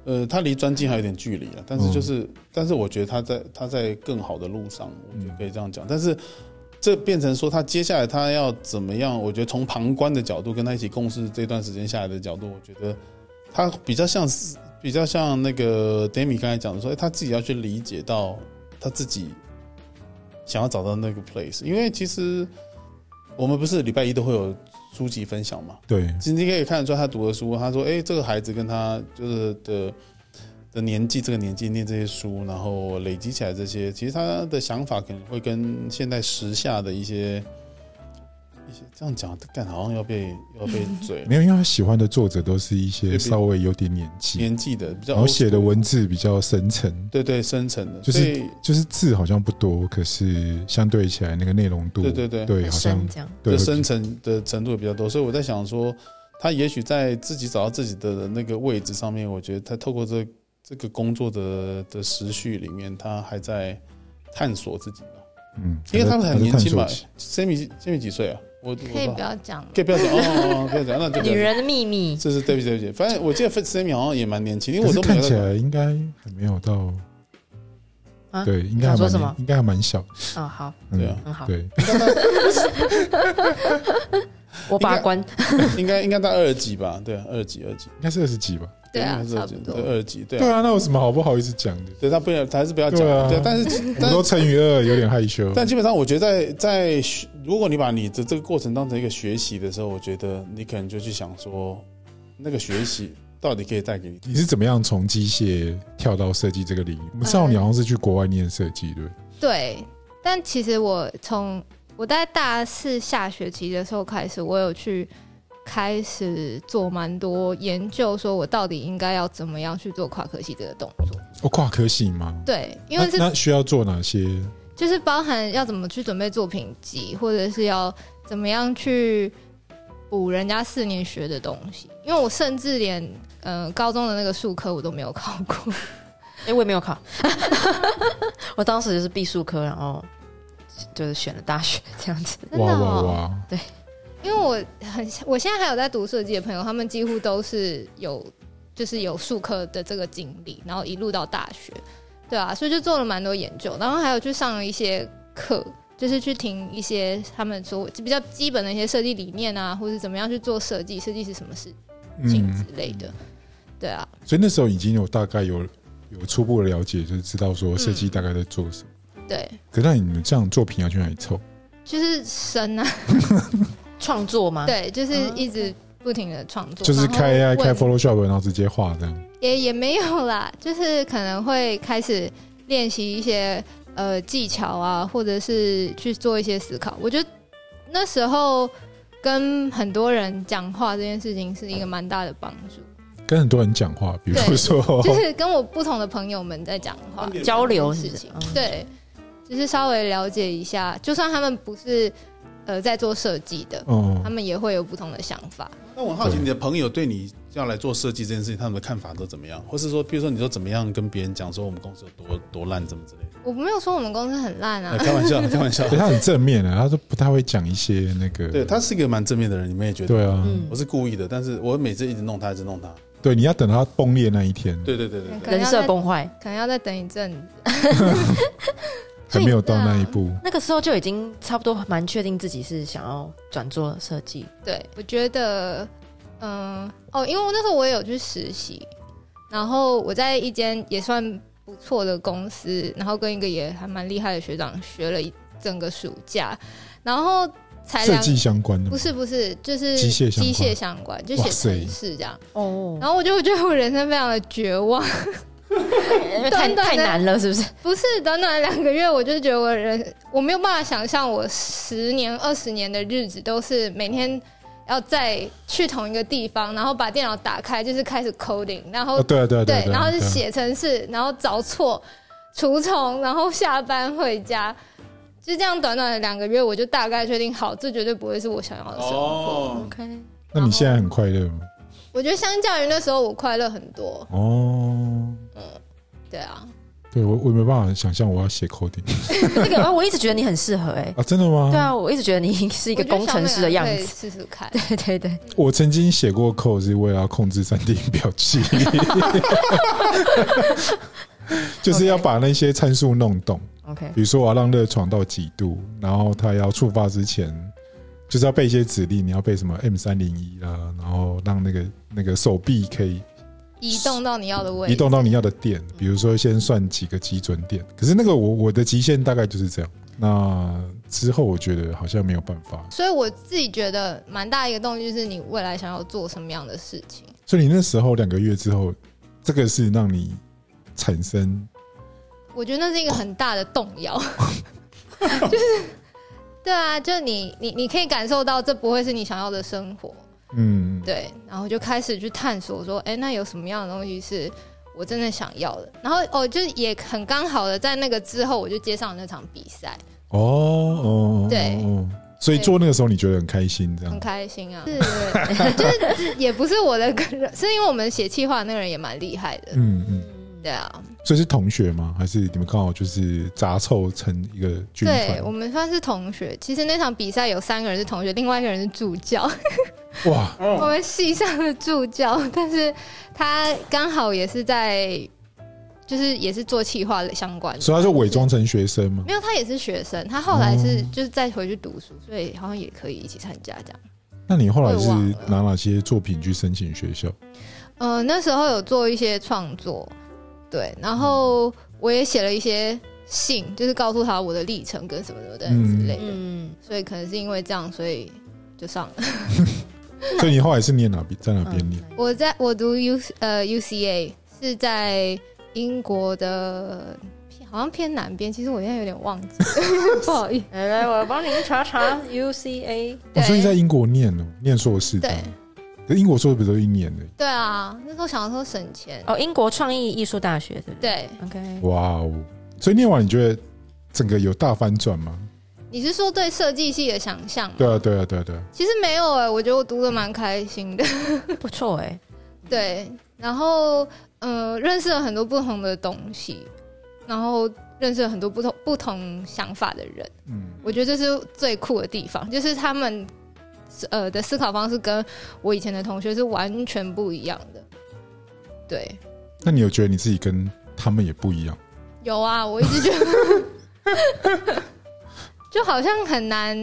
[SPEAKER 2] 呃，他离专精还有点距离了，但是就是，但是我觉得他在他在更好的路上，我觉得可以这样讲，但是。这变成说，他接下来他要怎么样？我觉得从旁观的角度跟他一起共事这段时间下来的角度，我觉得他比较像是比较像那个 Demi 刚才讲的说，哎他自己要去理解到他自己想要找到那个 place，因为其实我们不是礼拜一都会有书籍分享嘛，
[SPEAKER 1] 对，
[SPEAKER 2] 今天可以看得出来他读的书，他说：“哎、这个孩子跟他就是的的年纪，这个年纪念这些书，然后累积起来这些，其实他的想法可能会跟现在时下的一些一些这样讲，干好像要被要被嘴
[SPEAKER 1] 没有，因为他喜欢的作者都是一些
[SPEAKER 2] 对
[SPEAKER 1] 稍微有点年纪，
[SPEAKER 2] 年纪的比较
[SPEAKER 1] 然后写的
[SPEAKER 2] old school
[SPEAKER 1] 文字比较深沉，
[SPEAKER 2] 对对深层的，
[SPEAKER 1] 就是
[SPEAKER 2] 所以
[SPEAKER 1] 就是字好像不多，可是相对起来那个内容度，
[SPEAKER 2] 对对对
[SPEAKER 1] 好像
[SPEAKER 3] 这样，
[SPEAKER 1] 对会
[SPEAKER 2] 的
[SPEAKER 1] 比
[SPEAKER 2] 深层的程度也比较多，所以我在想说，他也许在自己找到自己的那个位置上面，我觉得他透过这这个工作的的时序里面，他还在探索自己嘛。
[SPEAKER 1] 嗯，
[SPEAKER 2] 因为他们
[SPEAKER 1] 还
[SPEAKER 2] 很
[SPEAKER 1] 在
[SPEAKER 2] 年轻嘛
[SPEAKER 1] 还在探索期
[SPEAKER 2] Sammy Sammy 几岁啊？我我不
[SPEAKER 4] 可以
[SPEAKER 2] 知道
[SPEAKER 4] 不要讲了。
[SPEAKER 2] 可以不要讲哦哦，哦不要讲，
[SPEAKER 4] (laughs)
[SPEAKER 2] 那就不
[SPEAKER 3] (laughs) 女
[SPEAKER 2] 要讲。
[SPEAKER 3] 人的秘密，
[SPEAKER 2] 这是对不起对不起，反正我记得 Sammy 好像也蛮年轻，因为
[SPEAKER 1] 可
[SPEAKER 2] 我
[SPEAKER 1] 是
[SPEAKER 2] 都没
[SPEAKER 1] 看
[SPEAKER 2] 有
[SPEAKER 1] 起
[SPEAKER 2] 在
[SPEAKER 1] 来应该还没有到
[SPEAKER 3] 啊
[SPEAKER 1] 对，应该还
[SPEAKER 3] 想说
[SPEAKER 1] 蛮
[SPEAKER 3] 什
[SPEAKER 1] 年
[SPEAKER 3] 么
[SPEAKER 1] 应该还蛮小，
[SPEAKER 3] 哦，好，
[SPEAKER 1] 嗯
[SPEAKER 2] 对啊
[SPEAKER 3] 很好，
[SPEAKER 1] 对， (laughs)
[SPEAKER 3] 我把关，
[SPEAKER 2] 应该应该到二级吧？对啊，二级二级，
[SPEAKER 1] 应该是二十几吧？
[SPEAKER 4] 对啊，
[SPEAKER 2] 应该是
[SPEAKER 4] 差
[SPEAKER 2] 二
[SPEAKER 4] 不
[SPEAKER 2] 级，
[SPEAKER 4] 多
[SPEAKER 2] 对。二级，对
[SPEAKER 1] 对
[SPEAKER 2] 啊，
[SPEAKER 1] 啊，那有什么好不好意思讲的？
[SPEAKER 2] 对他不要，他还是不要讲
[SPEAKER 1] 对啊，
[SPEAKER 2] 对，但是
[SPEAKER 1] 我
[SPEAKER 2] 但
[SPEAKER 1] 们
[SPEAKER 2] 是
[SPEAKER 1] 都乘以二，有点害羞。
[SPEAKER 2] 但基本上，我觉得在在学如果你把你的这个过程当成一个学习的时候，我觉得你可能就去想说，那个学习到底可以带给你
[SPEAKER 1] 你是怎么样从机械跳到设计这个领域？我们少年好像是去国外念设计，对不对？
[SPEAKER 4] 对，但其实我从我在大四下学期的时候开始，我有去开始做蛮多研究，说我到底应该要怎么样去做跨科系这个动作。
[SPEAKER 1] 哦，跨科系吗？
[SPEAKER 4] 对，因为是
[SPEAKER 1] 那那需要做哪些？
[SPEAKER 4] 就是包含要怎么去准备作品集，或者是要怎么样去补人家四年学的东西。因为我甚至连呃高中的那个数科我都没有考过，
[SPEAKER 3] 哎，我也没有考， (laughs) 我当时就是必数科，然后就是选了大学这样子。
[SPEAKER 4] 真的、
[SPEAKER 1] 哇
[SPEAKER 4] 哦。
[SPEAKER 1] 哇哇！
[SPEAKER 4] 因为我很，我现在还有在读设计的朋友，他们几乎都是有，就是有数科的这个经历，然后一路到大学，对啊，所以就做了蛮多研究，然后还有去上了一些课，就是去听一些他们说比较基本的一些设计理念啊，或是怎么样去做设计，设计是什么事情之
[SPEAKER 1] 嗯，
[SPEAKER 4] 类的，对啊，
[SPEAKER 1] 所以那时候已经有大概有有初步的了解，就是知道说设计大概在做什么。
[SPEAKER 4] 对，
[SPEAKER 1] 可那你们这样作品要去哪里凑？
[SPEAKER 4] 就是神啊，
[SPEAKER 3] 创作吗？，
[SPEAKER 4] 对，就是一直不停的创作，
[SPEAKER 1] 啊嗯就是开
[SPEAKER 4] 然
[SPEAKER 1] AI
[SPEAKER 4] 后
[SPEAKER 1] 开
[SPEAKER 4] 问
[SPEAKER 1] Photoshop，然后直接画这样。
[SPEAKER 4] 也也没有啦，就是可能会开始练习一些呃技巧啊，或者是去做一些思考。我觉得那时候跟很多人讲话这件事情是一个蛮大的帮助，
[SPEAKER 1] 跟很多人讲话，比如
[SPEAKER 4] 对
[SPEAKER 1] 说，
[SPEAKER 4] (laughs) 就是跟我不同的朋友们在讲话
[SPEAKER 3] 交流是
[SPEAKER 4] 事
[SPEAKER 3] 不是
[SPEAKER 4] 情，
[SPEAKER 3] 嗯
[SPEAKER 4] 对，就是稍微了解一下，就算他们不是呃在做设计的，
[SPEAKER 1] 嗯
[SPEAKER 4] 他，们也会有不同的想法。
[SPEAKER 2] 那我很好奇，
[SPEAKER 1] 对
[SPEAKER 2] 你的朋友对你要来做设计这件事情，他们的看法都怎么样？或是说，比如说，你都怎么样跟别人讲说我们公司有多多烂，怎么之类的？
[SPEAKER 4] 我没有说我们公司很烂啊
[SPEAKER 2] 哎，开玩笑，开玩笑
[SPEAKER 1] 对。他很正面啊的，他都不太会讲一些那个。
[SPEAKER 2] (laughs) 对他是一个蛮正面的人，你们也觉得？
[SPEAKER 1] 对啊，
[SPEAKER 3] 嗯
[SPEAKER 2] 我，是故意的，但是我每次一直弄他，一直弄他。
[SPEAKER 1] 对，你要等他崩裂那一天，
[SPEAKER 4] 啊
[SPEAKER 2] 对对对对对，
[SPEAKER 4] 可能
[SPEAKER 3] 人
[SPEAKER 4] 要
[SPEAKER 3] 设
[SPEAKER 4] 再
[SPEAKER 3] 崩坏。
[SPEAKER 4] 可能要再等一阵子。
[SPEAKER 1] 还没有到那一步。
[SPEAKER 3] 那个时候就已经差不多蛮确定自己是想要转做设计，
[SPEAKER 4] 对，我觉得，嗯，哦，因为我那时候我也有去实习，然后我在一间也算不错的公司，然后跟一个也还蛮厉害的学长学了一整个暑假，然后才
[SPEAKER 1] 设
[SPEAKER 4] 两
[SPEAKER 1] 计相关的吗
[SPEAKER 4] 啊不是不是就是
[SPEAKER 1] 机械相关
[SPEAKER 4] 机械相关，就写
[SPEAKER 1] 哇塞
[SPEAKER 4] 程式这样，
[SPEAKER 3] 哦，
[SPEAKER 4] 然后我就觉得我人生非常的绝望，
[SPEAKER 3] 因为太
[SPEAKER 4] 短短的
[SPEAKER 3] 太难了，是不是？
[SPEAKER 4] 不是短短两个月，我就觉得我人我没有办法想象我十年二十年的日子都是每天要在去同一个地方，然后把电脑打开就是开始 coding，然后、
[SPEAKER 1] 哦，对啊，对啊，啊
[SPEAKER 4] 对，
[SPEAKER 1] 啊
[SPEAKER 4] 然后是
[SPEAKER 1] 对啊
[SPEAKER 4] 写程式，然后找错、除虫，然后下班回家，就这样短短的两个月，我就大概确定好，这绝对不会是我想要的生活。
[SPEAKER 2] 哦，
[SPEAKER 3] OK，
[SPEAKER 1] 那你现在很快乐吗？
[SPEAKER 4] 我觉得相较于那时候，我快乐很多。
[SPEAKER 1] 哦，
[SPEAKER 4] 对啊，
[SPEAKER 1] 对我我没办法想象我要写 coding
[SPEAKER 3] 那个啊我一直觉得你很适合哎、
[SPEAKER 1] 啊，真的吗？
[SPEAKER 3] 对啊，我一直觉得你是一个工程师的样
[SPEAKER 4] 我觉
[SPEAKER 3] 子，
[SPEAKER 4] 得小美可以试试看。
[SPEAKER 3] (laughs) 对对对，
[SPEAKER 1] 我曾经写过 code 是为了要控制三 D 音表器， (laughs) 就是要把那些参数弄懂。
[SPEAKER 3] ，OK，
[SPEAKER 1] 比如说我要让热床到几度，然后它要触发之前，就是要背一些指令，你要背什么 M 三零一啦，然后让那个那个手臂可以
[SPEAKER 4] 移动到你要的位置，
[SPEAKER 1] 移动到你要的点，比如说先算几个基准点。可是那个我我的极限大概就是这样。那之后我觉得好像没有办法。
[SPEAKER 4] 所以我自己觉得蛮大一个动力就是你未来想要做什么样的事情。
[SPEAKER 1] 所以你那时候两个月之后，这个是让你产生
[SPEAKER 4] 我觉得那是一个很大的动摇，就是对啊，就你你你可以感受到这不会是你想要的生活，
[SPEAKER 1] 嗯，
[SPEAKER 4] 对，然后就开始去探索说，哎、那有什么样的东西是我真的想要的？然后哦，就是也很刚好的在那个之后，我就接上了那场比赛，
[SPEAKER 1] 哦哦，
[SPEAKER 4] 对
[SPEAKER 1] 哦，哦所以做那个时候你觉得很开心，这样
[SPEAKER 4] 很开心啊，是， (laughs) 就是也不是我的个人，是因为我们写企划那个人也蛮厉害的，
[SPEAKER 1] 嗯嗯，
[SPEAKER 4] 对啊，
[SPEAKER 1] 所以是同学吗？还是你们刚好就是杂凑成一个军
[SPEAKER 4] 对
[SPEAKER 1] 团
[SPEAKER 4] 我？们算是同学。其实那场比赛有三个人是同学，另外一个人是助教，
[SPEAKER 1] 哇，
[SPEAKER 4] 我
[SPEAKER 2] 哦，
[SPEAKER 4] 们系上的助教，但是他刚好也是在，就是也是做企划相关的，
[SPEAKER 1] 所以他就伪装成学生嘛。
[SPEAKER 4] 没有，他也是学生，他后来是
[SPEAKER 1] 哦
[SPEAKER 4] 就是再回去读书，所以好像也可以一起参加这样。
[SPEAKER 1] 那你后来是
[SPEAKER 4] 我也忘了
[SPEAKER 1] 拿哪些作品去申请学
[SPEAKER 4] (laughs)
[SPEAKER 1] 校？
[SPEAKER 4] 呃，那时候有做一些创作，对，然后我也写了一些信，就是告诉他我的历程跟什么什么的
[SPEAKER 1] 嗯
[SPEAKER 4] 之类的，
[SPEAKER 3] 嗯，
[SPEAKER 4] 所以可能是因为这样，所以就上了。
[SPEAKER 1] 所以你后来是念哪边，在哪边
[SPEAKER 3] 嗯
[SPEAKER 1] 念？
[SPEAKER 4] 我在我读 U 呃 UCA 是在英国的。好像偏南边，其实我现在有点忘记，不好意思。
[SPEAKER 3] 来来，我帮你们查查 UCA。
[SPEAKER 1] 哦，
[SPEAKER 4] 嗯对
[SPEAKER 1] 所以在英国念哦，念硕士这
[SPEAKER 4] 对
[SPEAKER 1] 样。可是英国硕士不是都一年的？
[SPEAKER 4] 对啊，那时候想说省钱，
[SPEAKER 3] 哦，英国创意艺术大学对不对
[SPEAKER 4] 对，
[SPEAKER 3] ？OK，
[SPEAKER 1] 哇哦！所以念完你觉得整个有大翻转吗？
[SPEAKER 4] 你是说对设计系的想象吗？
[SPEAKER 1] 对啊，对啊，对啊，对啊。
[SPEAKER 4] 其实没有哎、我觉得我读的蛮开心的。 (laughs)
[SPEAKER 3] 不错哎、
[SPEAKER 4] 对，然后嗯、呃认识了很多不同的东西，然后认识了很多不同不同想法的人。
[SPEAKER 1] 嗯，
[SPEAKER 4] 我觉得这是最酷的地方，就是他们呃的思考方式跟我以前的同学是完全不一样的。对，
[SPEAKER 1] 那你有觉得你自己跟他们也不一样？
[SPEAKER 4] 有啊，我一直觉得 (laughs) 就好像很难，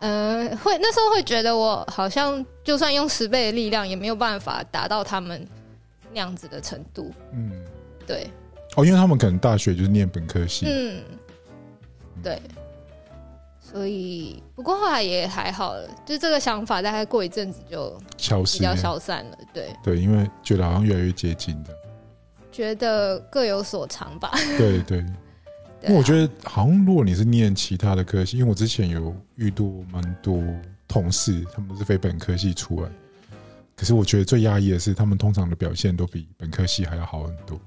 [SPEAKER 4] 呃，会那时候会觉得我好像就算用十倍的力量也没有办法达到他们那样子的程度。
[SPEAKER 1] 嗯，
[SPEAKER 4] 对，
[SPEAKER 1] 哦，因为他们可能大学就是念本科系，
[SPEAKER 4] 嗯，对，所以不过后来也还好了，就这个想法大概过一阵子就
[SPEAKER 1] 消
[SPEAKER 4] 比
[SPEAKER 1] 失
[SPEAKER 4] 较消散了。对，
[SPEAKER 1] 对，因为觉得好像越来越接近的。
[SPEAKER 4] (laughs) 觉得各有所长
[SPEAKER 1] (laughs)
[SPEAKER 4] 吧。
[SPEAKER 1] 对对，
[SPEAKER 4] 啊
[SPEAKER 1] 因为我觉得好像如果你是念其他的科系，因为我之前有遇到蛮多同事，他们都是非本科系出来，可是我觉得最压抑的是，他们通常的表现都比本科系还要好很多。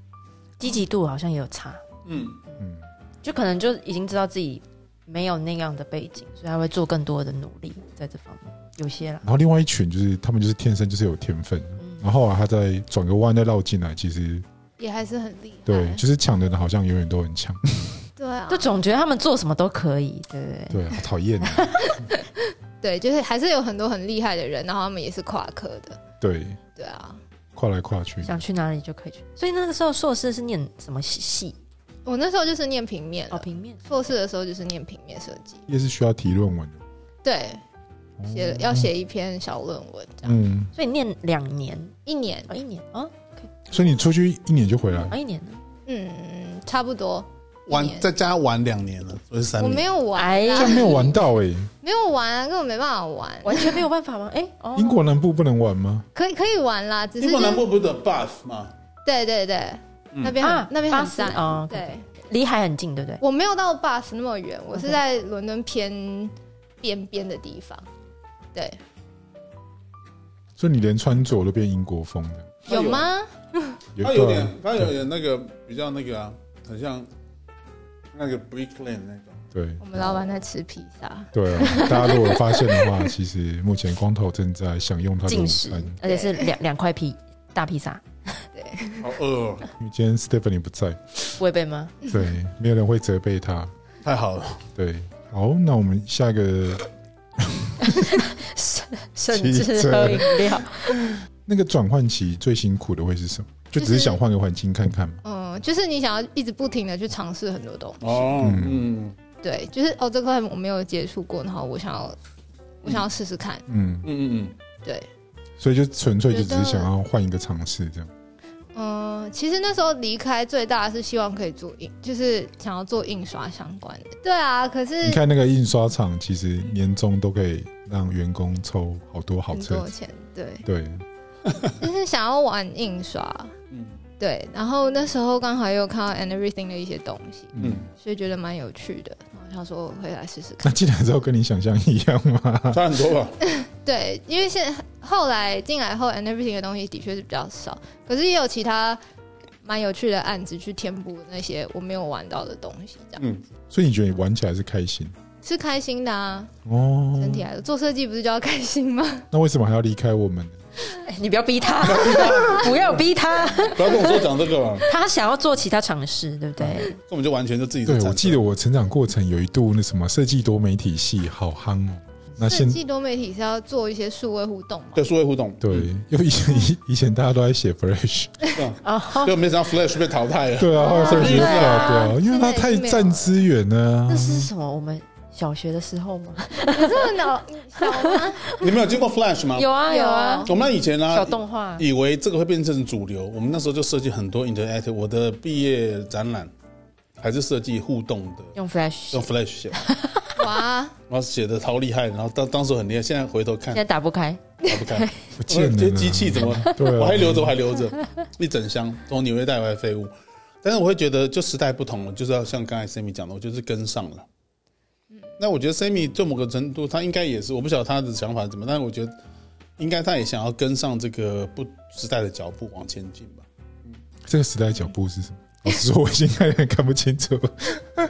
[SPEAKER 3] 积极度好像也有差，
[SPEAKER 2] 嗯，
[SPEAKER 1] 嗯，
[SPEAKER 3] 就可能就已经知道自己没有那样的背景，所以他会做更多的努力在这方面。有些啦，
[SPEAKER 1] 然后另外一群就是他们就是天生就是有天分，
[SPEAKER 4] 嗯
[SPEAKER 1] 然后啊他再转个弯再绕进来，其实
[SPEAKER 4] 也还是很厉害，
[SPEAKER 1] 对，就是抢的人好像永远都很强。
[SPEAKER 4] 对啊，
[SPEAKER 3] 就总觉得他们做什么都可以，对不对？
[SPEAKER 1] 对啊，好讨厌啊。
[SPEAKER 4] 对，就是还是有很多很厉害的人，然后他们也是跨科的，
[SPEAKER 1] 对，
[SPEAKER 4] 对啊。
[SPEAKER 1] 跨来跨去。
[SPEAKER 3] 想去哪里就可以去。所以那个时候硕士是念什么系？
[SPEAKER 4] 我那时候就是念平面
[SPEAKER 3] 哦，
[SPEAKER 4] 了，
[SPEAKER 3] 平面。
[SPEAKER 4] 硕士的时候就是念平面设计，
[SPEAKER 1] 也是需要提论文的，
[SPEAKER 4] 对，写
[SPEAKER 1] 哦
[SPEAKER 4] 要写一篇小论文这样，
[SPEAKER 1] 嗯，哎
[SPEAKER 3] 所以念两年，
[SPEAKER 4] 一年，
[SPEAKER 3] 哦，一年哦，
[SPEAKER 1] 所以你出去一年就回来
[SPEAKER 3] 哦，，一年呢。
[SPEAKER 4] 嗯，差不多。一
[SPEAKER 2] 玩
[SPEAKER 4] 年
[SPEAKER 2] 在家玩两年了，不是三
[SPEAKER 4] 我
[SPEAKER 2] 年。
[SPEAKER 4] 没有玩、啊，
[SPEAKER 3] 哎
[SPEAKER 1] 这样没有玩到哎、
[SPEAKER 4] 没有玩啊，根本没办法玩，
[SPEAKER 3] 完全没有办法吗？哎，哦
[SPEAKER 1] 英国南部不能玩吗？
[SPEAKER 4] 可以可以玩啦，只是
[SPEAKER 2] 英国
[SPEAKER 4] 就
[SPEAKER 2] 南
[SPEAKER 4] 是
[SPEAKER 2] 部不是的 buff 吗？
[SPEAKER 4] 对对对，
[SPEAKER 2] 嗯
[SPEAKER 4] 那边很、那边
[SPEAKER 3] 啊巴
[SPEAKER 4] 很
[SPEAKER 3] 士
[SPEAKER 4] 赞，
[SPEAKER 3] 哦，对，
[SPEAKER 4] 对
[SPEAKER 3] 离海很近，对不对？
[SPEAKER 4] 我没有到 bus 那么远，我是
[SPEAKER 3] OK
[SPEAKER 4] 在伦敦偏边边的地方，对，
[SPEAKER 1] 所以你连穿着都变英国风的，
[SPEAKER 4] 有啊吗？
[SPEAKER 2] 它有
[SPEAKER 1] 对
[SPEAKER 2] 点
[SPEAKER 1] 啊，
[SPEAKER 2] 它有点那个比较那个啊，很像那个 Brick Lane 那种。
[SPEAKER 1] 对
[SPEAKER 4] 我们老板在吃披萨，
[SPEAKER 1] 对啊。大家如果发现的话，其实目前光头正在享用他的午
[SPEAKER 3] 进食
[SPEAKER 1] 餐，，
[SPEAKER 3] 而且是两两块披大披萨，
[SPEAKER 2] 好饿、
[SPEAKER 1] (laughs)
[SPEAKER 2] 哦，
[SPEAKER 1] 因为今天 Stephanie 不在，
[SPEAKER 3] 不会被吗？
[SPEAKER 1] 对，没有人会责备他，
[SPEAKER 2] 太好了。
[SPEAKER 1] 对。好，那我们下一个
[SPEAKER 3] (laughs) 甚
[SPEAKER 1] 至
[SPEAKER 3] 至喝饮料，
[SPEAKER 1] 那个转换期最辛苦的会是什么？就只是想换个环境看看嘛。
[SPEAKER 4] 嗯，就是你想要一直不停的去尝试很多东西，
[SPEAKER 2] 哦，
[SPEAKER 1] 嗯
[SPEAKER 2] 嗯
[SPEAKER 4] 对，就是哦，这块我没有接触过，然后我想要，我想要试试看，
[SPEAKER 1] 嗯
[SPEAKER 2] 嗯，嗯
[SPEAKER 4] 对，
[SPEAKER 1] 所以就纯粹就只
[SPEAKER 4] 觉
[SPEAKER 1] 是
[SPEAKER 4] 得
[SPEAKER 1] 想要换一个尝试这样。
[SPEAKER 4] 嗯，其实那时候离开最大的是希望可以做印，就是想要做印刷相关的，对啊，可是
[SPEAKER 1] 你看那个印刷厂，其实年终都可以让员工抽好多好
[SPEAKER 4] 很
[SPEAKER 1] 车
[SPEAKER 4] 多，钱，对， (laughs)
[SPEAKER 1] 对，
[SPEAKER 4] 就是想要玩印刷，
[SPEAKER 2] 嗯嗯
[SPEAKER 4] 对，然后那时候刚好也有看到 and everything 的一些东西，
[SPEAKER 1] 嗯
[SPEAKER 2] 嗯。，
[SPEAKER 4] 所以觉得蛮有趣的，然后想说我会来试试
[SPEAKER 1] 那
[SPEAKER 4] 看， (laughs)
[SPEAKER 1] 进来之后跟你想象一样吗？
[SPEAKER 2] 差很多吧？
[SPEAKER 4] 对，因为现后来进来后 and everything 的东西的确是比较少，可是也有其他蛮有趣的案子去填补那些我没有玩到的东西，这样
[SPEAKER 2] 嗯，
[SPEAKER 1] 所以你觉得你玩起来是开心
[SPEAKER 4] 是开心的啊，
[SPEAKER 1] 哦？
[SPEAKER 4] 整体来说做设计不是就要开心吗？
[SPEAKER 1] 那为什么还要离开我们呢？
[SPEAKER 3] 哎你不要逼 (laughs) 他，不要逼他，
[SPEAKER 2] 不要跟我说讲这个嘛，
[SPEAKER 3] (laughs) 他想要做其他尝试，对不对？
[SPEAKER 2] 根本就完全就自己在
[SPEAKER 1] 对，
[SPEAKER 2] 战
[SPEAKER 1] 我
[SPEAKER 2] 斗
[SPEAKER 1] 记得我成长过程有一度那什么设计多媒体系好夯哦， (laughs) 那
[SPEAKER 4] 设
[SPEAKER 1] 现
[SPEAKER 4] 计多媒体是要做一些数位互动嘛？ (laughs)
[SPEAKER 2] 对数位互动，
[SPEAKER 1] 对，因为以前以以前大家都在写
[SPEAKER 2] (laughs)
[SPEAKER 1] Flash，
[SPEAKER 3] 哦，
[SPEAKER 2] 就没想到 Flash 被淘汰了。
[SPEAKER 1] 对啊，后来 Flash 就
[SPEAKER 3] 对啊
[SPEAKER 1] 垮掉了，因为它
[SPEAKER 4] 哦现在
[SPEAKER 1] 太
[SPEAKER 4] 也是没有
[SPEAKER 1] 占资源啊呢
[SPEAKER 3] 那。是什么？我们小学的时候吗？
[SPEAKER 4] 你这么脑你小吗？
[SPEAKER 2] 你们有经过 Flash 吗？
[SPEAKER 3] 有啊有啊，
[SPEAKER 2] 我们那以前呢、
[SPEAKER 3] 小动画。
[SPEAKER 2] 以为这个会变成主流，我们那时候就设计很多 interactive。我的毕业展览还是设计互动的，
[SPEAKER 3] 用 Flash，
[SPEAKER 2] 用
[SPEAKER 3] 现
[SPEAKER 2] Flash 写，
[SPEAKER 4] 哇，
[SPEAKER 2] 然后写的超厉害，然后当当时很厉害，现在回头看
[SPEAKER 3] 在打不开，
[SPEAKER 2] 打不开，
[SPEAKER 1] 不
[SPEAKER 2] 我
[SPEAKER 1] 见
[SPEAKER 2] 说
[SPEAKER 1] 了
[SPEAKER 2] 这
[SPEAKER 1] 呢，
[SPEAKER 2] 机器怎么？
[SPEAKER 1] 对啊，
[SPEAKER 2] 我还留着，我还留着一整箱从纽约带回来的废物。但是我会觉得，就时代不同了，就是要像刚才 Sammy 讲的，我就是跟上了。那我觉得 Sammy 就某个程度，他应该也是，我不晓得他的想法是怎么，但是我觉得应该他也想要跟上这个不时代的脚步往前进吧。
[SPEAKER 1] 这个时代脚步是什么？ (laughs) 老实说，我现在有点看不清楚。 (laughs) 我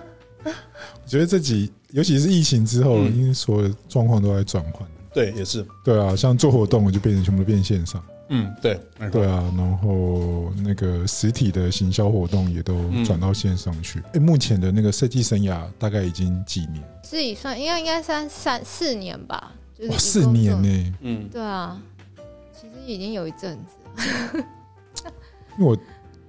[SPEAKER 1] 觉得这几，尤其是疫情之后，
[SPEAKER 2] 嗯
[SPEAKER 1] 因为所有的状况都在转换。
[SPEAKER 2] 对，也是，
[SPEAKER 1] 对啊，像做活动，我就变成全部都变线上。
[SPEAKER 2] 嗯，对，没错
[SPEAKER 1] 对，啊，然后那个实体的行销活动也都
[SPEAKER 2] 嗯
[SPEAKER 1] 转到线上去。诶目前的那个设计生涯大概已经几年？
[SPEAKER 4] 自己算应该应该三三四年吧，就是
[SPEAKER 1] 哇，
[SPEAKER 4] 一
[SPEAKER 1] 四
[SPEAKER 4] 共
[SPEAKER 1] 年欸
[SPEAKER 4] 做
[SPEAKER 1] 呢、
[SPEAKER 2] 嗯，
[SPEAKER 4] 对啊，其实已经有一阵子了，
[SPEAKER 1] 因为我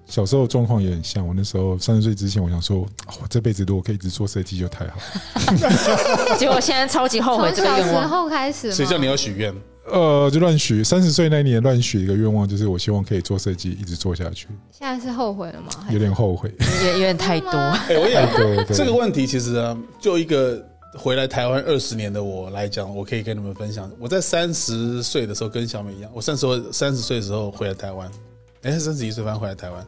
[SPEAKER 1] 小时候的状况也很像，我那时候三十岁之前，我想说，哦，我这辈子如果可以一直做设计就太好。
[SPEAKER 3] 结果现在超级后悔
[SPEAKER 4] 从
[SPEAKER 3] 哦这个
[SPEAKER 4] 小
[SPEAKER 3] 愿
[SPEAKER 4] 时
[SPEAKER 3] 望。
[SPEAKER 4] 候开始吗？
[SPEAKER 2] 谁叫你要许愿？
[SPEAKER 1] 呃，就乱许，三十岁那一年乱许一个愿望，就是我希望可以做设计一直做下去，
[SPEAKER 4] 现在是后悔了吗？
[SPEAKER 3] 哎
[SPEAKER 1] 有
[SPEAKER 4] 还是
[SPEAKER 1] 点后
[SPEAKER 2] (laughs)
[SPEAKER 1] 悔。
[SPEAKER 3] 有有点太多，
[SPEAKER 2] 哎、我也
[SPEAKER 1] 对对，
[SPEAKER 2] 这个问题其实啊，就一个回来台湾二十年的我来讲，我可以跟你们分享。我在三十岁的时候跟小美一样，我三十三十岁的时候回来台湾，哎、三十一岁反正回来台湾。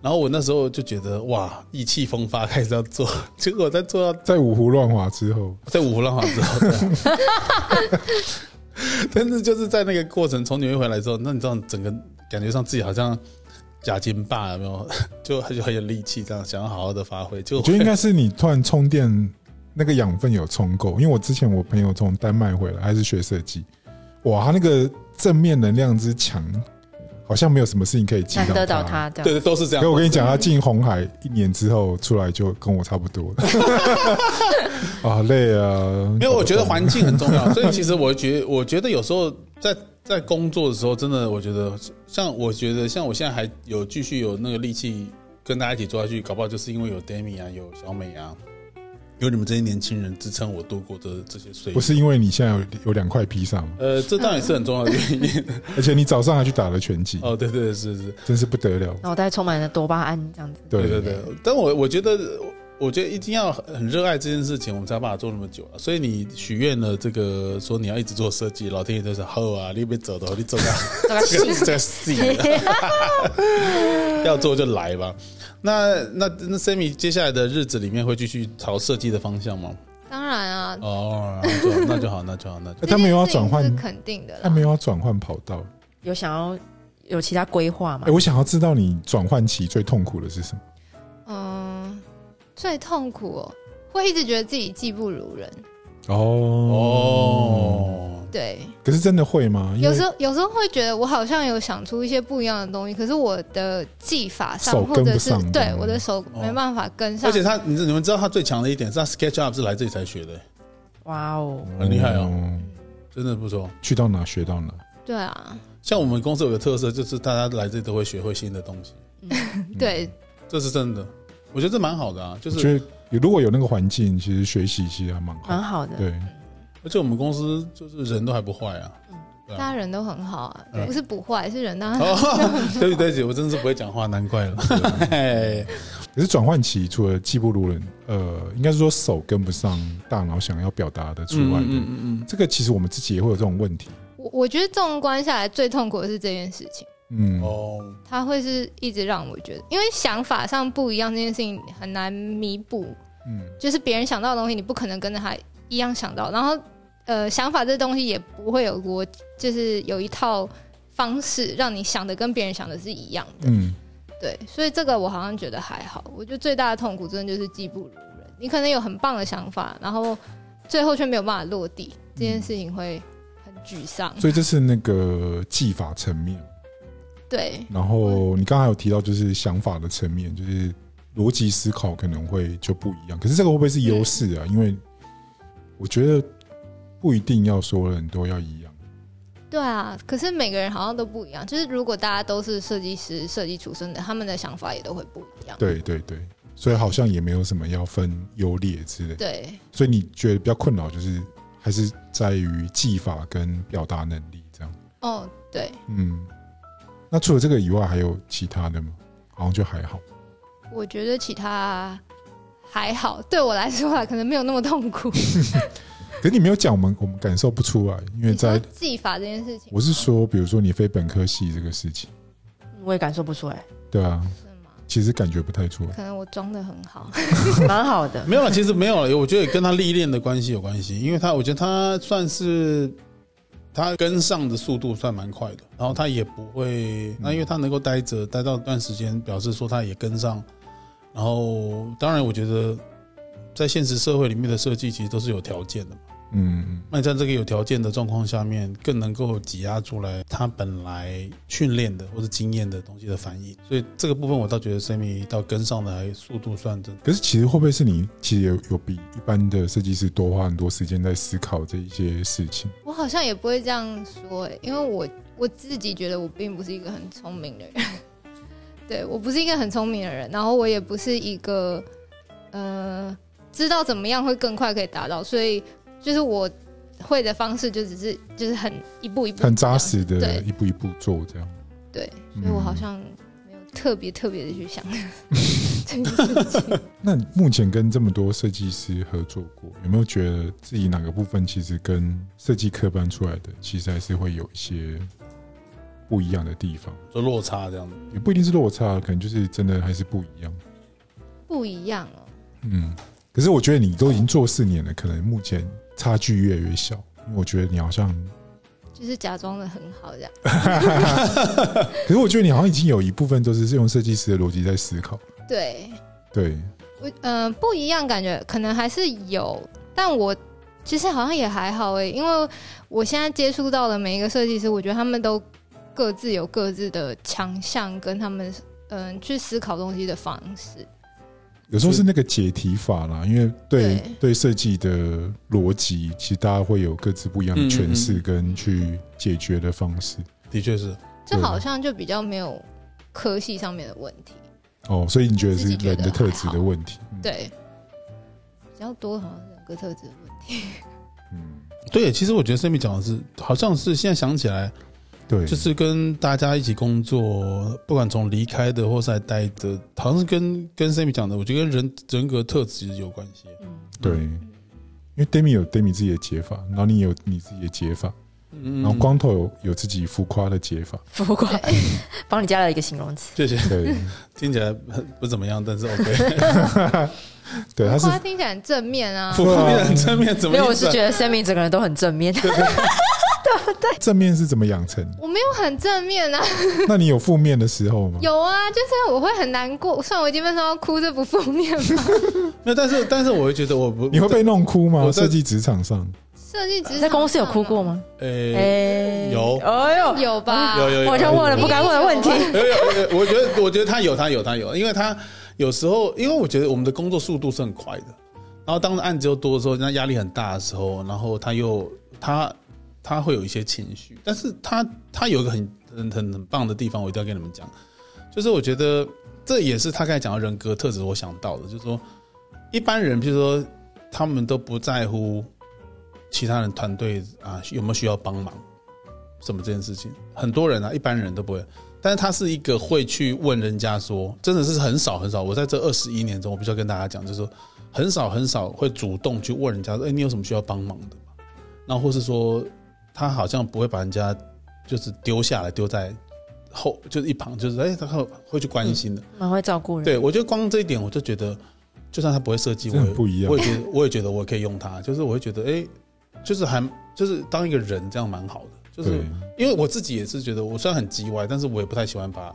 [SPEAKER 2] 然后我那时候就觉得哇，意气风发，开始要做。结果在做到
[SPEAKER 1] 在五湖乱华之后，
[SPEAKER 2] 在五湖浪华之后，对啊 (laughs) 但是就是在那个过程从纽约回来之后，那你知道整个感觉上自己好像假金霸有没有？ (laughs) 就就很有力气，这样想要好好的发挥。就
[SPEAKER 1] 我觉得应该是你突然充
[SPEAKER 2] 哦
[SPEAKER 1] 电那个养分有充够，因为我之前我朋友从丹麦回来，他是学设计，哇，他那个正面能量之强，好像没有什么事情可以击
[SPEAKER 3] 难得
[SPEAKER 1] 倒
[SPEAKER 3] 到
[SPEAKER 1] 他。
[SPEAKER 3] 他这
[SPEAKER 2] 对
[SPEAKER 3] 样。
[SPEAKER 2] 对都是这样
[SPEAKER 1] 可。我跟你讲，他进红海一年之后出来就跟我差不多
[SPEAKER 3] (laughs)
[SPEAKER 1] 了， (laughs) 啊，累啊！
[SPEAKER 2] 没有，我觉得环境很重要，所以其实我觉得，我觉得有时候在在工作的时候，真的，我觉得像我觉得像我现在还有继续有那个力气跟大家一起做下去，搞不好就是因为有 Demi 啊，有小美啊，有你们这些年轻人支撑我度过的这些岁月
[SPEAKER 1] 不。是因为你现在有有两块披萨吗？
[SPEAKER 2] 呃，这当然也是很重要的原因。
[SPEAKER 1] 而且你早上还去打了拳击，
[SPEAKER 2] (laughs) 哦，对对是是，
[SPEAKER 1] 真是不得了。
[SPEAKER 3] 脑袋充满了多巴胺，这样子。
[SPEAKER 1] 对
[SPEAKER 2] 对对，但我我觉得，我觉得一定要很热爱这件事情，我们才有办法做那么久啊。所以你许愿了，这个说你要一直做设计，老天爷就是好啊，你别走的，你走啊。
[SPEAKER 3] 大概
[SPEAKER 2] 这个这个戏要做就来吧。 (laughs) 那那那 Sammy 接下来的日子里面会继续朝设计的方向吗？
[SPEAKER 4] 当然啊，
[SPEAKER 2] 哦，那就好，那就好，那就好，那就
[SPEAKER 1] (laughs)
[SPEAKER 2] 好
[SPEAKER 1] 哎他没有要转
[SPEAKER 4] 这
[SPEAKER 1] 换
[SPEAKER 4] 件事情是，肯定的啦，
[SPEAKER 1] 他没有要转换跑道。
[SPEAKER 3] (laughs)
[SPEAKER 4] 啊
[SPEAKER 3] 有想要有其他规划吗
[SPEAKER 1] 哎，？我想要知道你转换期最痛苦的是什么？
[SPEAKER 4] 嗯，最痛苦哦，会一直觉得自己技不如人。
[SPEAKER 1] 哦
[SPEAKER 2] 哦，
[SPEAKER 4] 对，
[SPEAKER 1] 可是真的会吗？因
[SPEAKER 4] 有
[SPEAKER 1] 为
[SPEAKER 4] 时候有时候会觉得我好像有想出一些不一样的东西，可是我的技法上
[SPEAKER 1] 手
[SPEAKER 4] 或
[SPEAKER 1] 跟
[SPEAKER 4] 者
[SPEAKER 1] 不
[SPEAKER 4] 是
[SPEAKER 1] 上
[SPEAKER 4] 对
[SPEAKER 1] 嗯
[SPEAKER 4] 我的手没办法跟上，
[SPEAKER 2] 而且他，你你们知道他最强的一点是他 SketchUp 是来这里才学的，
[SPEAKER 3] 哇哦，
[SPEAKER 2] 很厉害哦
[SPEAKER 1] 嗯
[SPEAKER 2] 真的不错。
[SPEAKER 1] 去到哪学到哪。
[SPEAKER 4] 对啊，
[SPEAKER 2] 像我们公司有个特色，就是大家来这里都会学会新的东西，
[SPEAKER 1] 嗯
[SPEAKER 4] 对，
[SPEAKER 2] 这是真的。我觉得这蛮好的啊，就
[SPEAKER 1] 我
[SPEAKER 2] 是
[SPEAKER 1] 觉得如果有那个环境，其实学习其实还蛮好
[SPEAKER 3] 蛮
[SPEAKER 4] 啊
[SPEAKER 1] 的。
[SPEAKER 3] 好的。
[SPEAKER 1] 对， (laughs)
[SPEAKER 2] 而且我们公司就是人都还不坏啊。对啊
[SPEAKER 1] 嗯
[SPEAKER 4] 大家人都很好啊，
[SPEAKER 2] 嗯
[SPEAKER 4] 不是不坏，是人当然
[SPEAKER 2] 哦， (laughs) 对不起对不起，我真是不会讲话，难怪了。嘿
[SPEAKER 1] 可是转换期除了技不如人，呃，应该是说手跟不上大脑想要表达的之外
[SPEAKER 2] 嗯
[SPEAKER 1] 的，
[SPEAKER 2] 嗯嗯嗯
[SPEAKER 1] 这个其实我们自己也会有这种问题。
[SPEAKER 4] 我我觉得纵观下来，最痛苦的是这件事情，
[SPEAKER 1] 嗯
[SPEAKER 2] 嗯，，哦，
[SPEAKER 4] 它会是一直让我觉得，因为想法上不一样这件事情很难弥补，
[SPEAKER 1] 嗯，
[SPEAKER 4] 就是别人想到的东西，你不可能跟着他一样想到，然后呃，想法这东西也不会有逻，就是有一套方式让你想的跟别人想的是一样的，
[SPEAKER 1] 嗯，
[SPEAKER 4] 对，所以这个我好像觉得还好，我觉得最大的痛苦真的就是技不如人，你可能有很棒的想法，然后最后却没有办法落地，这件事情会很沮丧。
[SPEAKER 1] 所以这是那个技法层面。
[SPEAKER 4] 对，
[SPEAKER 1] 然后你刚才有提到就是想法的层面，就是逻辑思考可能会就不一样。可是这个会不会是优势啊？因为我觉得不一定要所有人都要一样。
[SPEAKER 4] 对啊，可是每个人好像都不一样。就是如果大家都是设计师、设计出身的，他们的想法也都会不一样。
[SPEAKER 1] 对对对，所以好像也没有什么要分优劣之类的。
[SPEAKER 4] 对
[SPEAKER 1] 所以你觉得比较困扰就是还是在于技法跟表达能力这样。
[SPEAKER 4] 哦，对，
[SPEAKER 1] 嗯，那除了这个以外还有其他的吗？好像就还好。
[SPEAKER 4] 我觉得其他还好，对我来说啊，可能没有那么痛苦。
[SPEAKER 1] 可是你没有讲，我们我们感受不出来，因为
[SPEAKER 4] 你说
[SPEAKER 1] 在
[SPEAKER 4] 技法这件事情吗，
[SPEAKER 1] 我是说，比如说你非本科系这个事情，
[SPEAKER 3] 我也感受不出来，
[SPEAKER 1] 对啊，
[SPEAKER 4] 是吗？
[SPEAKER 1] 其实感觉不太出来。
[SPEAKER 4] 可能我装的很好。
[SPEAKER 3] 蛮好的。
[SPEAKER 2] 没有了，其实没有了。我觉得也跟他历练的关系有关系，因为他我觉得他算是他跟上的速度算蛮快的，然后他也不会，那因为他能够待着待到一段时间，表示说他也跟上。然后当然，我觉得在现实社会里面的设计其实都是有条件的嘛。
[SPEAKER 1] 嗯，
[SPEAKER 2] 那在这个有条件的状况下面，更能够挤压出来他本来训练的或者经验的东西的反应，所以这个部分我倒觉得 Sammy 到跟上的还速度算真的
[SPEAKER 1] 可是其实会不会是你其实有有比一般的设计师多花很多时间在思考这一些事情？
[SPEAKER 4] 我好像也不会这样说、欸，因为我我自己觉得我并不是一个很聪明的人，对我不是一个很聪明的人，然后我也不是一个呃知道怎么样会更快可以达到，所以就是我会的方式就只是就是很一步一步
[SPEAKER 1] 很
[SPEAKER 4] 这样
[SPEAKER 1] 扎，实的
[SPEAKER 4] 对
[SPEAKER 1] 一步一步做这样。
[SPEAKER 4] 对，
[SPEAKER 1] 嗯
[SPEAKER 4] 所以我好像没有特别特别的去想这件事情。
[SPEAKER 1] 那你目前跟这么多设计师合作过，有没有觉得自己哪个部分其实跟设计科班出来的，其实还是会有一些不一样的地方？
[SPEAKER 2] 就落差这样子。
[SPEAKER 1] 也不一定是落差，可能就是真的还是不一样。
[SPEAKER 4] 不一样哦，
[SPEAKER 1] 嗯，可是我觉得你都已经做四年了，可能目前差距越来越小，因为我觉得你好像，
[SPEAKER 4] 就是假装的很好这样。
[SPEAKER 1] 可是我觉得你好像已经有一部分都是是用设计师的逻辑在思考。
[SPEAKER 4] 对，
[SPEAKER 1] 对，
[SPEAKER 4] 我嗯、呃、不一样，感觉可能还是有，但我其实好像也还好诶、因为我现在接触到的每一个设计师，我觉得他们都各自有各自的强项，跟他们嗯、去思考东西的方式。
[SPEAKER 1] 有时候是那个解题法啦，因为对
[SPEAKER 4] 对
[SPEAKER 1] 对设计的逻辑，其实大家会有各自不一样的诠
[SPEAKER 2] 嗯嗯
[SPEAKER 1] 释
[SPEAKER 2] 嗯
[SPEAKER 1] 跟去解决的方式。
[SPEAKER 2] 的确是，
[SPEAKER 4] 这
[SPEAKER 1] 对
[SPEAKER 4] 好像就比较没有科系上面的问题，
[SPEAKER 1] 哦，所以你觉得是
[SPEAKER 4] 自己觉
[SPEAKER 1] 人
[SPEAKER 4] 得
[SPEAKER 1] 的特质
[SPEAKER 4] 还
[SPEAKER 1] 的
[SPEAKER 4] 好
[SPEAKER 1] 问题？嗯，
[SPEAKER 4] 对，比较多好像是人格特质的问题。
[SPEAKER 1] 嗯，
[SPEAKER 2] 对，其实我觉得 Sammy 讲的是，好像是现在想起来，
[SPEAKER 1] 对，
[SPEAKER 2] 就是跟大家一起工作，不管从离开的或是来待的，好像是跟跟 Sammy 讲的，我觉得跟人人格特质有关系。
[SPEAKER 3] 嗯，
[SPEAKER 1] 对，因为 Demi 有 Demi 自己的解法，然后你也有你自己的解法，
[SPEAKER 2] 嗯
[SPEAKER 1] 然后光头有有自己浮夸的解法，
[SPEAKER 3] 不过 (laughs) 帮你加了一个形容词，
[SPEAKER 2] 谢谢， (laughs)
[SPEAKER 1] 对，
[SPEAKER 2] 听起来不怎么样，但是
[SPEAKER 1] (laughs)
[SPEAKER 2] OK。
[SPEAKER 1] 对，他是
[SPEAKER 4] 夸听起来很正面啊，
[SPEAKER 2] 负 (laughs) 面很正面怎么
[SPEAKER 3] 没有，我
[SPEAKER 2] 意思
[SPEAKER 3] 是
[SPEAKER 2] 啊？
[SPEAKER 3] 觉得 Sammy 整个人都很正面，
[SPEAKER 1] 正面是怎么养成的？
[SPEAKER 4] 我没有很正面啊， (laughs)
[SPEAKER 1] 那你有负面的时候吗？
[SPEAKER 4] 有啊，就是我会很难过，虽然我已经被说到哭，这不负面吗？
[SPEAKER 2] (laughs) 没有，但是但是我会觉得我不
[SPEAKER 1] 你会被弄哭吗？
[SPEAKER 2] 我在
[SPEAKER 1] 设计职场上，
[SPEAKER 4] 设计只
[SPEAKER 3] 在公司有哭过？吗？
[SPEAKER 2] 呃
[SPEAKER 3] 哎
[SPEAKER 2] 有
[SPEAKER 3] 哎呦，
[SPEAKER 4] 有吧？
[SPEAKER 2] 嗯有有有，
[SPEAKER 3] 我就问了不该问的问题，
[SPEAKER 2] 有有有，我觉得我觉得他有他有他有，因为他有时候，因为我觉得我们的工作速度是很快的，然后当案子又多的时候，那压力很大的时候，然后他又他他会有一些情绪，但是他他有一个很很很很棒的地方，我一定要跟你们讲，就是我觉得这也是他刚才讲到人格特质，我想到的，就是说一般人，譬如说他们都不在乎其他人团队啊有没有需要帮忙。什么这件事情，很多人啊，一般人都不会。但是他是一个会去问人家说，真的是很少很少。我在这二十一年中，我必须要跟大家讲，就是说很少很少会主动去问人家说，哎，你有什么需要帮忙的吗？那或是说，他好像不会把人家就是丢下来，丢在后就是一旁，就是哎，他会会去关心的。
[SPEAKER 3] 蛮会照顾人，
[SPEAKER 2] 对我觉得光这一点，我就觉得，就算他不会设计，
[SPEAKER 1] 这
[SPEAKER 2] 我也
[SPEAKER 1] 很不一样
[SPEAKER 2] 我。也觉得，我也觉得我可以用它，就是我会觉得，哎、就是还就是当一个人这样蛮好的，就是
[SPEAKER 1] 对，
[SPEAKER 2] 因为我自己也是觉得，我虽然很叽歪，但是我也不太喜欢把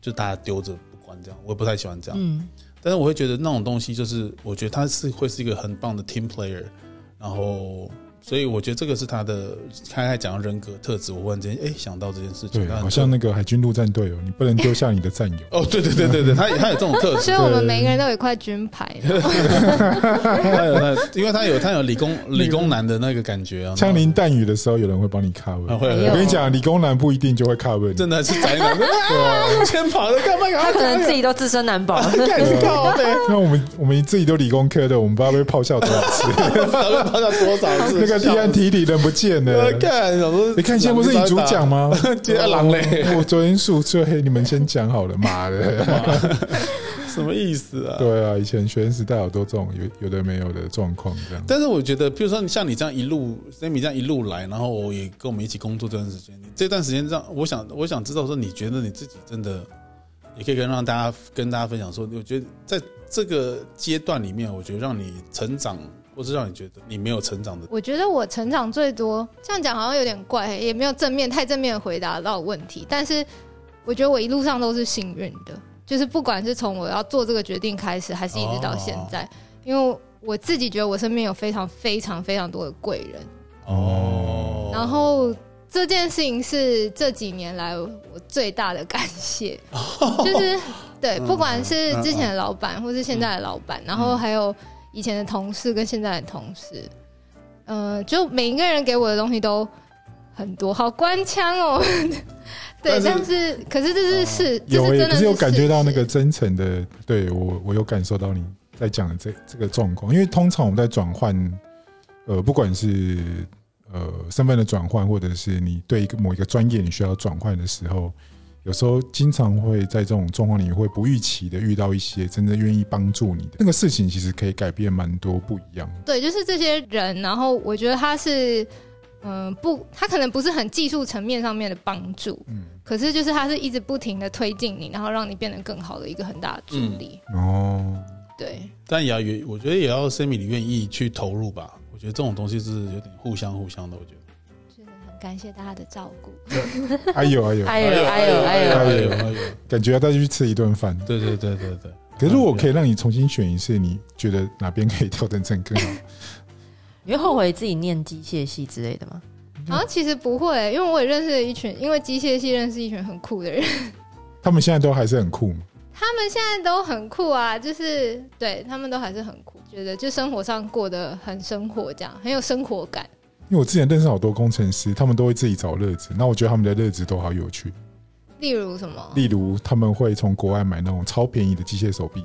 [SPEAKER 2] 就大家丢着不管这样，我也不太喜欢这样。
[SPEAKER 3] 嗯，
[SPEAKER 2] 但是我会觉得那种东西，就是我觉得它是会是一个很棒的 team player，然后所以我觉得这个是他的开开讲到人格特质，我忽然之间哎想到这件事情，
[SPEAKER 1] 对，
[SPEAKER 2] 那很
[SPEAKER 1] 好像那个海军陆战队哦，你不能丢下你的
[SPEAKER 2] (laughs)。
[SPEAKER 1] 战友
[SPEAKER 2] 哦，对对对对对，他他有这种特质
[SPEAKER 3] (laughs)
[SPEAKER 4] 所以，我们每个人都有一块军牌，
[SPEAKER 2] 他有那，因为他有他有理工理工男的那个感觉啊，
[SPEAKER 1] 枪林弹雨的时候，有人会帮你 cover。
[SPEAKER 2] 啊会
[SPEAKER 3] 哎
[SPEAKER 1] 我
[SPEAKER 3] 呦
[SPEAKER 1] 跟你讲，理工男不一定就会 cover 你。
[SPEAKER 2] 真的是宅
[SPEAKER 3] (laughs)
[SPEAKER 2] 男，啊，先跑的干嘛干嘛
[SPEAKER 3] 他可能自己都自身难保。 (laughs)
[SPEAKER 2] 干你靠背，
[SPEAKER 1] 那我们我们自己都理工科的，我们不知道被炮笑多少
[SPEAKER 2] (laughs)
[SPEAKER 1] 次。
[SPEAKER 2] 讨论到多少次？
[SPEAKER 1] 那个立案题里人不见了
[SPEAKER 2] 呃，，干，想说
[SPEAKER 1] 你看现在不是你主讲？吗？
[SPEAKER 2] 接到狼嘞，
[SPEAKER 1] 我昨天宿醉，你们先讲好了，妈的！
[SPEAKER 2] (laughs) 什么意思啊？
[SPEAKER 1] 对啊，以前学生时代好多这种有有的没有的状况，这样
[SPEAKER 2] 但是我觉得，比如说像你这样一路 Sammy 这样一路来，然后我也跟我们一起工作这段时间，你这段时间让我想，我想知道说，你觉得你自己真的也可以跟让大家跟大家分享说，我觉得在这个阶段里面，我觉得让你成长，或是让你觉得你没有成长的，
[SPEAKER 4] 我觉得我成长最多，这样讲好像有点怪，也没有正面太正面地回答到问题。但是我觉得我一路上都是幸运的，就是不管是从我要做这个决定开始，还是一直到现在，
[SPEAKER 2] 哦
[SPEAKER 4] 因为我自己觉得我身边有非常非常非常多的贵人，
[SPEAKER 1] 哦
[SPEAKER 4] 然后。这件事情是这几年来我最大的感
[SPEAKER 1] (laughs)
[SPEAKER 4] 谢，就是对，
[SPEAKER 1] 嗯
[SPEAKER 4] 不管是之前的老板，或是现在的老板，然后还有以前的同事跟现在的同事，呃，就每一个人给我的东西都很多，好官腔哦。 (laughs) 对，
[SPEAKER 2] 但
[SPEAKER 4] 但是可是这是事，这
[SPEAKER 1] 有
[SPEAKER 4] 是
[SPEAKER 1] 欸
[SPEAKER 4] 真
[SPEAKER 1] 可
[SPEAKER 4] 的
[SPEAKER 1] 是有感觉到那
[SPEAKER 4] 事
[SPEAKER 1] 个
[SPEAKER 4] 实
[SPEAKER 1] 真诚的，对我我有感受到你在讲的这这个状况，因为通常我们在转换，呃，不管是呃身份的转换，或者是你对一个某一个专业你需要转换的时候，有时候经常会在这种状况里会不预期的遇到一些真正愿意帮助你的那个事情，其实可以改变蛮多不一样。
[SPEAKER 4] 对，就是这些人，然后我觉得他是，嗯、不，他可能不是很技术层面上面的帮助，
[SPEAKER 1] 嗯，
[SPEAKER 4] 可是就是他是一直不停的推进你，然后让你变得更好的一个很大的助力。
[SPEAKER 1] 哦，
[SPEAKER 4] 对，
[SPEAKER 2] 但也要也我觉得也要 Sammy 你愿意去投入吧。我觉得这种东西是有点互相互相的，我觉得。
[SPEAKER 4] 真的很感谢大家的照顾。
[SPEAKER 1] 哎呦哎呦，
[SPEAKER 3] 哎呦哎呦哎
[SPEAKER 1] 哎
[SPEAKER 3] 呦！
[SPEAKER 1] 呦
[SPEAKER 2] 哎呦哎呦！
[SPEAKER 1] 感觉要再去吃一顿饭。
[SPEAKER 2] 对对对对对。
[SPEAKER 1] 可是如果可
[SPEAKER 2] 以
[SPEAKER 1] 以让你重新选一次，你觉得哪边可以调整成更好？ (laughs)
[SPEAKER 3] 你会后悔自己念机械系之类的吗？
[SPEAKER 4] 好像其实不会、因为我也认识了一群，因为机械系认识一群很酷 (laughs) 的人，
[SPEAKER 1] 他们现在都还是很酷嘛。
[SPEAKER 4] 他们现在都很酷啊，就是对他们都还是很酷，觉得就生活上过得很生活，这样很有生活感。
[SPEAKER 1] 因为我之前认识好多工程师，他们都会自己找乐子，那我觉得他们的乐子都好有趣。
[SPEAKER 4] 例如什么，
[SPEAKER 1] 例如，他们会从国外买那种超便宜的机械手臂，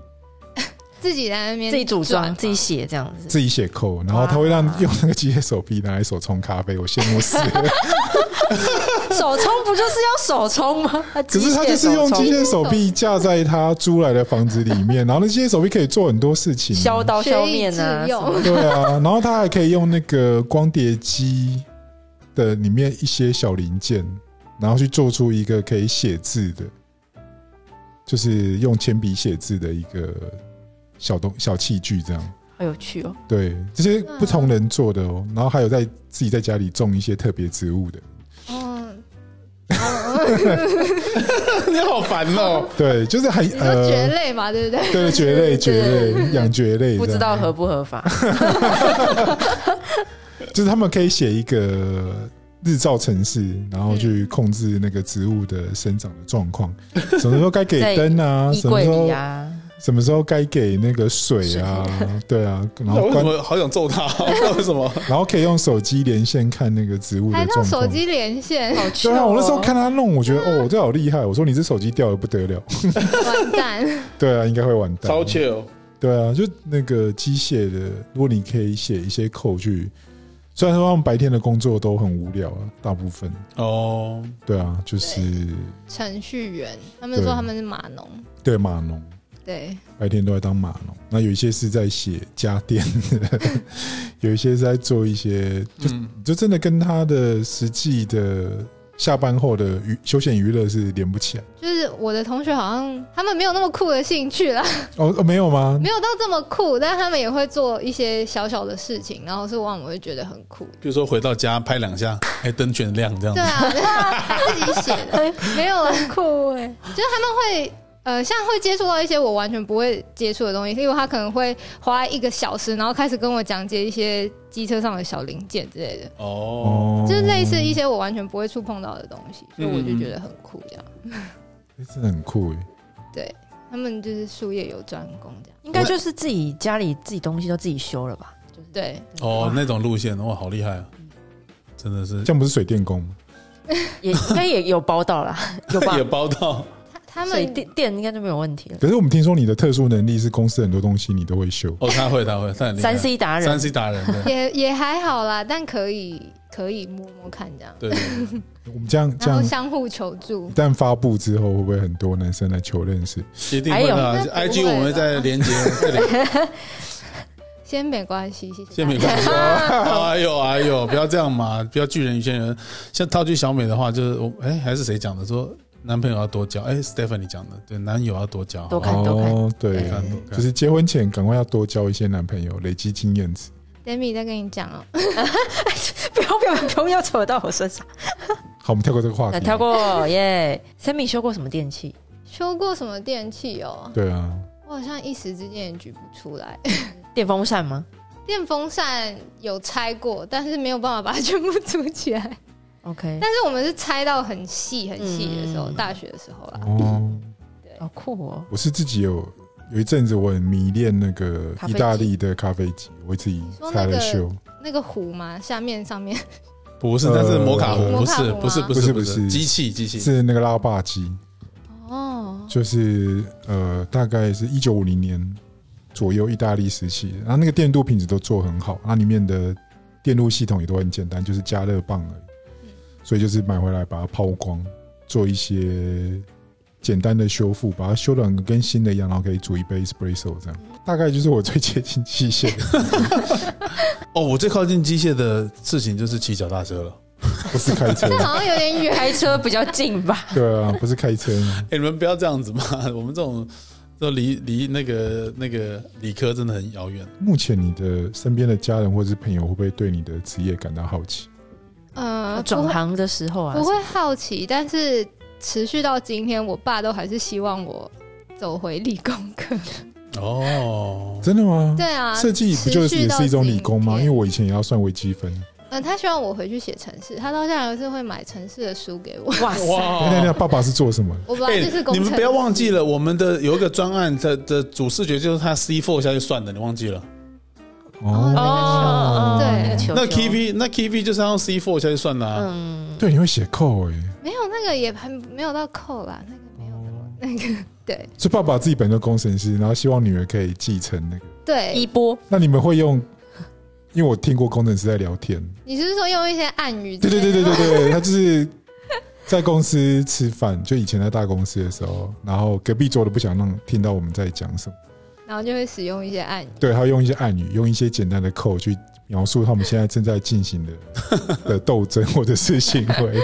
[SPEAKER 4] 自己在那边
[SPEAKER 3] 自己组
[SPEAKER 4] 转
[SPEAKER 3] 装、
[SPEAKER 4] 嘛
[SPEAKER 3] 自己写这样子，
[SPEAKER 1] 自己写扣，然后他会让用那个机械手臂拿来手冲咖啡，我羡慕 (laughs) 死了。
[SPEAKER 3] 手冲不就是要手 (laughs) 冲吗？
[SPEAKER 1] 可
[SPEAKER 3] 机
[SPEAKER 1] 是他就
[SPEAKER 3] 械
[SPEAKER 1] 是用
[SPEAKER 3] 手
[SPEAKER 1] 机
[SPEAKER 3] 冲，
[SPEAKER 1] 械手臂架在他租来的房子里面，然后那机械手臂可以做很多事情、
[SPEAKER 3] 削刀削面啊
[SPEAKER 4] 学以致
[SPEAKER 3] 什么
[SPEAKER 4] 用
[SPEAKER 3] 的，
[SPEAKER 1] 对啊，然后他还可以用那个光碟机的里面一些小零件，然后去做出一个可以写字的，就是用铅笔写字的一个小东小器具，这样。
[SPEAKER 3] 好有趣哦！
[SPEAKER 1] 对，这些不同人做的哦，然后还有在自己在家里种一些特别植物的，
[SPEAKER 4] 嗯，
[SPEAKER 2] (laughs) 你好烦哦。
[SPEAKER 1] 对，就是很
[SPEAKER 4] 你说蕨
[SPEAKER 1] 呃，
[SPEAKER 4] 类嘛，对不对？
[SPEAKER 1] 对蕨类、蕨类、养蕨类，
[SPEAKER 3] 不知道合不合法，
[SPEAKER 1] 就是他们可以写一个日照城市，然后
[SPEAKER 3] 嗯
[SPEAKER 1] 去控制那个植物的生长的状况， (laughs) 什么时候该给灯啊，
[SPEAKER 3] 衣
[SPEAKER 1] 什么
[SPEAKER 3] 柜
[SPEAKER 1] 时候
[SPEAKER 3] 里啊，
[SPEAKER 1] 什么时候该给那个水啊，对啊，然
[SPEAKER 2] 那
[SPEAKER 1] 后
[SPEAKER 2] 为什
[SPEAKER 1] 关，
[SPEAKER 2] 么好想揍他？不
[SPEAKER 1] (laughs)
[SPEAKER 2] 知道为什么？
[SPEAKER 1] 然后可以用手机连线看那个植物
[SPEAKER 4] 还
[SPEAKER 1] 的
[SPEAKER 4] 用
[SPEAKER 1] 状
[SPEAKER 4] 手
[SPEAKER 1] 况。
[SPEAKER 4] 机连线，
[SPEAKER 3] 好趣
[SPEAKER 1] 对啊，
[SPEAKER 3] 哦！
[SPEAKER 1] 我那时候看他弄，我觉得
[SPEAKER 3] 啊
[SPEAKER 1] 哦，这好厉害。我说你这手机掉了不得了，
[SPEAKER 4] 完蛋。
[SPEAKER 1] 对啊，应该会完蛋。
[SPEAKER 2] 超 chill，
[SPEAKER 1] 对啊，就那个机械的，如果你可以写一些扣去，虽然说他们白天的工作都很无聊啊，大部分，
[SPEAKER 2] 哦，
[SPEAKER 1] 对啊，就是
[SPEAKER 4] 程序员，他们说
[SPEAKER 1] 对
[SPEAKER 4] 他们是码农，
[SPEAKER 1] 对码农，
[SPEAKER 4] 对，
[SPEAKER 1] 白天都在当码农，那有一些是在写家
[SPEAKER 4] (laughs)
[SPEAKER 1] 电的，有一些是在做一些，就、
[SPEAKER 2] 嗯
[SPEAKER 1] 就真的跟他的实际的下班后的娱休闲娱乐是连不起来。
[SPEAKER 4] 就是我的同学好像他们没有那么酷的兴趣啦，
[SPEAKER 1] 哦，哦没有吗？
[SPEAKER 4] 没有到这么酷，但他们也会做一些小小的事情，然后是让我会觉得很酷。
[SPEAKER 2] 比如说回到家拍两下，哎，灯全亮这样
[SPEAKER 4] 对
[SPEAKER 2] 子。
[SPEAKER 4] (laughs)
[SPEAKER 3] (laughs) 欸
[SPEAKER 4] 啊，自己写的没有很酷哎、就是他们会呃，像会接触到一些我完全不会接触的东西，因为他可能会花一个小时，然后开始跟我讲解一些机车上的小零件之类的，
[SPEAKER 1] 哦，
[SPEAKER 2] 哦，
[SPEAKER 4] 就是类似一些我完全不会触碰到的东西，所以我就
[SPEAKER 2] 嗯
[SPEAKER 4] 觉得很酷。这样，
[SPEAKER 1] 诶真的很酷哎。
[SPEAKER 4] 对他们就是术业有专攻这样。
[SPEAKER 3] 应该就是自己家里自己东西都自己修了吧？嗯就是
[SPEAKER 4] 对，
[SPEAKER 2] 哦，那种路线哇，好厉害啊！真的是？
[SPEAKER 1] 这样不是水电工吗？
[SPEAKER 3] 也应该也有包到啦，有吧
[SPEAKER 2] (laughs) (laughs) 也包到
[SPEAKER 4] 他他
[SPEAKER 3] 所以
[SPEAKER 4] 们
[SPEAKER 3] 电电应该就没有问题了。
[SPEAKER 1] 可是我们听说你的特殊能力是公司很多东西你都会修，
[SPEAKER 2] 哦，他会他会，他很厉害
[SPEAKER 3] 三 C 达
[SPEAKER 2] 三
[SPEAKER 3] 人，
[SPEAKER 2] C 达人 (laughs) 对
[SPEAKER 4] 也也还好啦，但可以可以摸摸看这样，
[SPEAKER 2] 对
[SPEAKER 3] (laughs)
[SPEAKER 2] 对，对
[SPEAKER 1] 我们这样这
[SPEAKER 4] 然后
[SPEAKER 1] 样，
[SPEAKER 4] 相互求助
[SPEAKER 1] 一。旦发布之后，会不会很多男生来求认识？
[SPEAKER 2] 一定会的
[SPEAKER 3] 哎
[SPEAKER 2] 啊。
[SPEAKER 4] 还有
[SPEAKER 2] IG 我们在
[SPEAKER 3] (laughs)
[SPEAKER 2] 连接这里，
[SPEAKER 4] 先没关系，谢谢。
[SPEAKER 2] 先没 (laughs) 关系。哎呦哎呦，不要这样嘛，不要拒人于千人。像套句小美的话，就是我哎，还是谁讲的？说男朋友要多交，哎，Stephanie 讲的，对，男友要多交，
[SPEAKER 3] 多
[SPEAKER 2] 好不好
[SPEAKER 3] 看多看
[SPEAKER 1] 哦，对
[SPEAKER 2] 多，看多看
[SPEAKER 1] 就是结婚前赶快要多交一些男朋友，累积经验值。
[SPEAKER 4] Demi 再跟你讲哦、
[SPEAKER 3] (laughs) 不要不要不要扯到我身上。
[SPEAKER 1] 好，我们跳过这个话
[SPEAKER 3] 那
[SPEAKER 1] 题。
[SPEAKER 3] 跳。过耶。Sammy 修过什么电器？
[SPEAKER 4] 修过什么电器哦、
[SPEAKER 1] 对啊，
[SPEAKER 4] 我好像一时之间也举不出来。 (laughs)
[SPEAKER 3] 电风扇吗？
[SPEAKER 4] 电风扇有拆过，但是没有办法把它全部组起来。 (laughs)
[SPEAKER 3] OK，
[SPEAKER 4] 但是我们是拆到很细很细的时候，
[SPEAKER 3] 嗯
[SPEAKER 4] 大学的时候啦。
[SPEAKER 1] 哦，
[SPEAKER 3] 好酷哦！
[SPEAKER 1] 我是自己有有一阵子我很迷恋那个
[SPEAKER 3] 咖啡
[SPEAKER 1] 意
[SPEAKER 3] 机
[SPEAKER 1] 大利的咖啡机，我自己
[SPEAKER 4] 说
[SPEAKER 1] 拆
[SPEAKER 4] 那
[SPEAKER 1] 了
[SPEAKER 4] 个
[SPEAKER 1] 修。
[SPEAKER 4] 那个壶嘛，下面上面
[SPEAKER 2] 不是，那是摩卡啊壶，
[SPEAKER 1] 呃
[SPEAKER 2] 不是，
[SPEAKER 4] 摩
[SPEAKER 2] 不
[SPEAKER 4] 卡
[SPEAKER 2] 是，
[SPEAKER 4] 壶吗
[SPEAKER 2] 不是，
[SPEAKER 1] 不是不是
[SPEAKER 2] 机器，机器，
[SPEAKER 1] 是那个拉霸机，
[SPEAKER 4] (laughs) 哦，
[SPEAKER 1] 就是呃，大概是一九五零年左右意大利时期的，然后那个电路品质都做很好，那里面的电路系统也都很简单，就是加热棒而已，所以就是买回来把它抛光，做一些简单的修复，把它修的跟新的一样，然后可以煮一杯 espresso 这样，大概就是我最接近机械的，
[SPEAKER 2] 哦，我最靠近机械的事情就是骑脚踏车了。
[SPEAKER 1] 不是开车，
[SPEAKER 4] (laughs) 好像有点远。
[SPEAKER 3] 开车比较近 (laughs) 吧？
[SPEAKER 1] 对啊，不是开车吗？
[SPEAKER 2] 哎、你们不要这样子嘛！ (laughs) 我们这种都离离那个那个理科真的很遥远。
[SPEAKER 1] 目前你的身边的家人或者是朋友会不会对你的职业感到好奇？
[SPEAKER 4] 呃，
[SPEAKER 3] 转行的时候啊，
[SPEAKER 4] 不会好奇，但是持续到今天，我爸都还是希望我走回理工
[SPEAKER 1] (laughs)
[SPEAKER 4] 科。
[SPEAKER 2] 哦，
[SPEAKER 1] 真的吗？
[SPEAKER 4] 对啊，
[SPEAKER 1] 设计不就是也是一种理工吗？因为我以前也要算微积分。
[SPEAKER 4] 嗯、呃他希望我回去写城市，他到现在还是会买城市的书给我。 (laughs)
[SPEAKER 3] 哇塞，
[SPEAKER 1] 那那那
[SPEAKER 2] 哇！
[SPEAKER 1] 爸爸是做什么？
[SPEAKER 4] 我本来就是工
[SPEAKER 2] 哎你
[SPEAKER 4] 程、
[SPEAKER 2] 们不要忘记了，我们的有一个专案的的主视觉就是它 C four 下去算的，你忘记了？
[SPEAKER 4] 哦那个
[SPEAKER 3] 哦，
[SPEAKER 4] 球对
[SPEAKER 3] 那个球
[SPEAKER 2] 那
[SPEAKER 3] 球
[SPEAKER 2] KV 那 KV 就是要用 C four 下去算的啊。
[SPEAKER 3] 嗯，
[SPEAKER 1] 对，你会写扣哎，
[SPEAKER 4] 没有那个也还没有到扣啦，那个没有
[SPEAKER 1] 哦
[SPEAKER 4] 那么、那个 (laughs) 对
[SPEAKER 1] 所以爸爸自己本身工程师，然后希望女儿可以继承那个。
[SPEAKER 3] 一
[SPEAKER 2] (laughs)
[SPEAKER 4] 对，
[SPEAKER 3] 波
[SPEAKER 1] 那你们会用？因为我听过工程师在聊天，
[SPEAKER 4] 你是说用一些暗语之
[SPEAKER 1] 对
[SPEAKER 4] 类的
[SPEAKER 1] 对
[SPEAKER 4] 吗？
[SPEAKER 1] 对对对对，他就是在公司吃饭，就以前在大公司的时候，然后隔壁桌的不想让听到我们在讲什么，
[SPEAKER 4] 然后就会使用一些暗语。
[SPEAKER 1] 对他用一些暗语，用一些简单的扣去描述他们现在正在进行的的斗争或者是行为。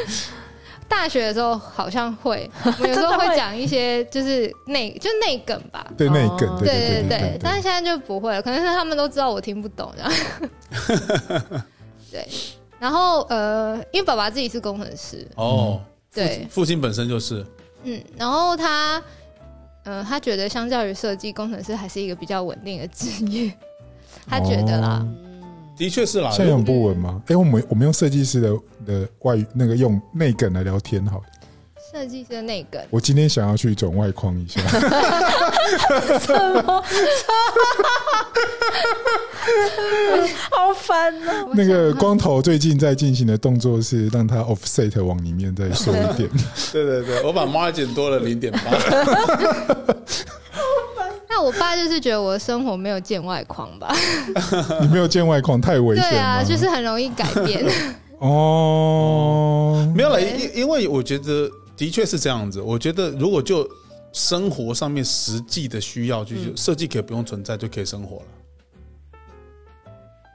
[SPEAKER 4] 大学的时候好像会，我们有时候
[SPEAKER 3] 真的
[SPEAKER 4] 会
[SPEAKER 3] 会
[SPEAKER 4] 讲一些就是内就内梗吧。
[SPEAKER 1] 对那一梗，
[SPEAKER 3] 哦
[SPEAKER 1] 对对
[SPEAKER 4] 对
[SPEAKER 1] 对对
[SPEAKER 4] 但是现在就不会了，可能是他们都知道我听不懂，然后对，然后呃，因为爸爸自己是工程师，
[SPEAKER 2] 哦，
[SPEAKER 4] 对，
[SPEAKER 2] 父亲本身就是
[SPEAKER 4] 嗯，然后他呃，他觉得相较于设计，工程师还是一个比较稳定的职业， (laughs) 他觉得啦，
[SPEAKER 1] 哦
[SPEAKER 2] 的确是啦。
[SPEAKER 1] 现在很不稳吗？哎、我们我们用设计师的的外语那个用内梗来聊天好了。
[SPEAKER 4] 设计师的内梗，
[SPEAKER 1] 我今天想要去转外框一下，
[SPEAKER 2] (laughs)
[SPEAKER 3] (laughs) 好烦哦。
[SPEAKER 4] 我
[SPEAKER 1] 那个
[SPEAKER 4] 想
[SPEAKER 1] 光头最近在进行的动作是让它 offset 往里面再缩一点。
[SPEAKER 2] 对对对，我把 margin 多了零点
[SPEAKER 4] (laughs)
[SPEAKER 2] 八。
[SPEAKER 4] 那我爸就是觉得我的生活没有见外框吧，
[SPEAKER 1] 你没有见外框太危险
[SPEAKER 4] 对
[SPEAKER 1] 了。
[SPEAKER 4] 啊，就是很容易改
[SPEAKER 1] (laughs)
[SPEAKER 4] 变，
[SPEAKER 1] 哦，
[SPEAKER 2] 没有了，因因为我觉得的确是这样子。我觉得如果就生活上面实际的需要，
[SPEAKER 4] 嗯
[SPEAKER 2] 就是设计可以不用存在就可以生活了。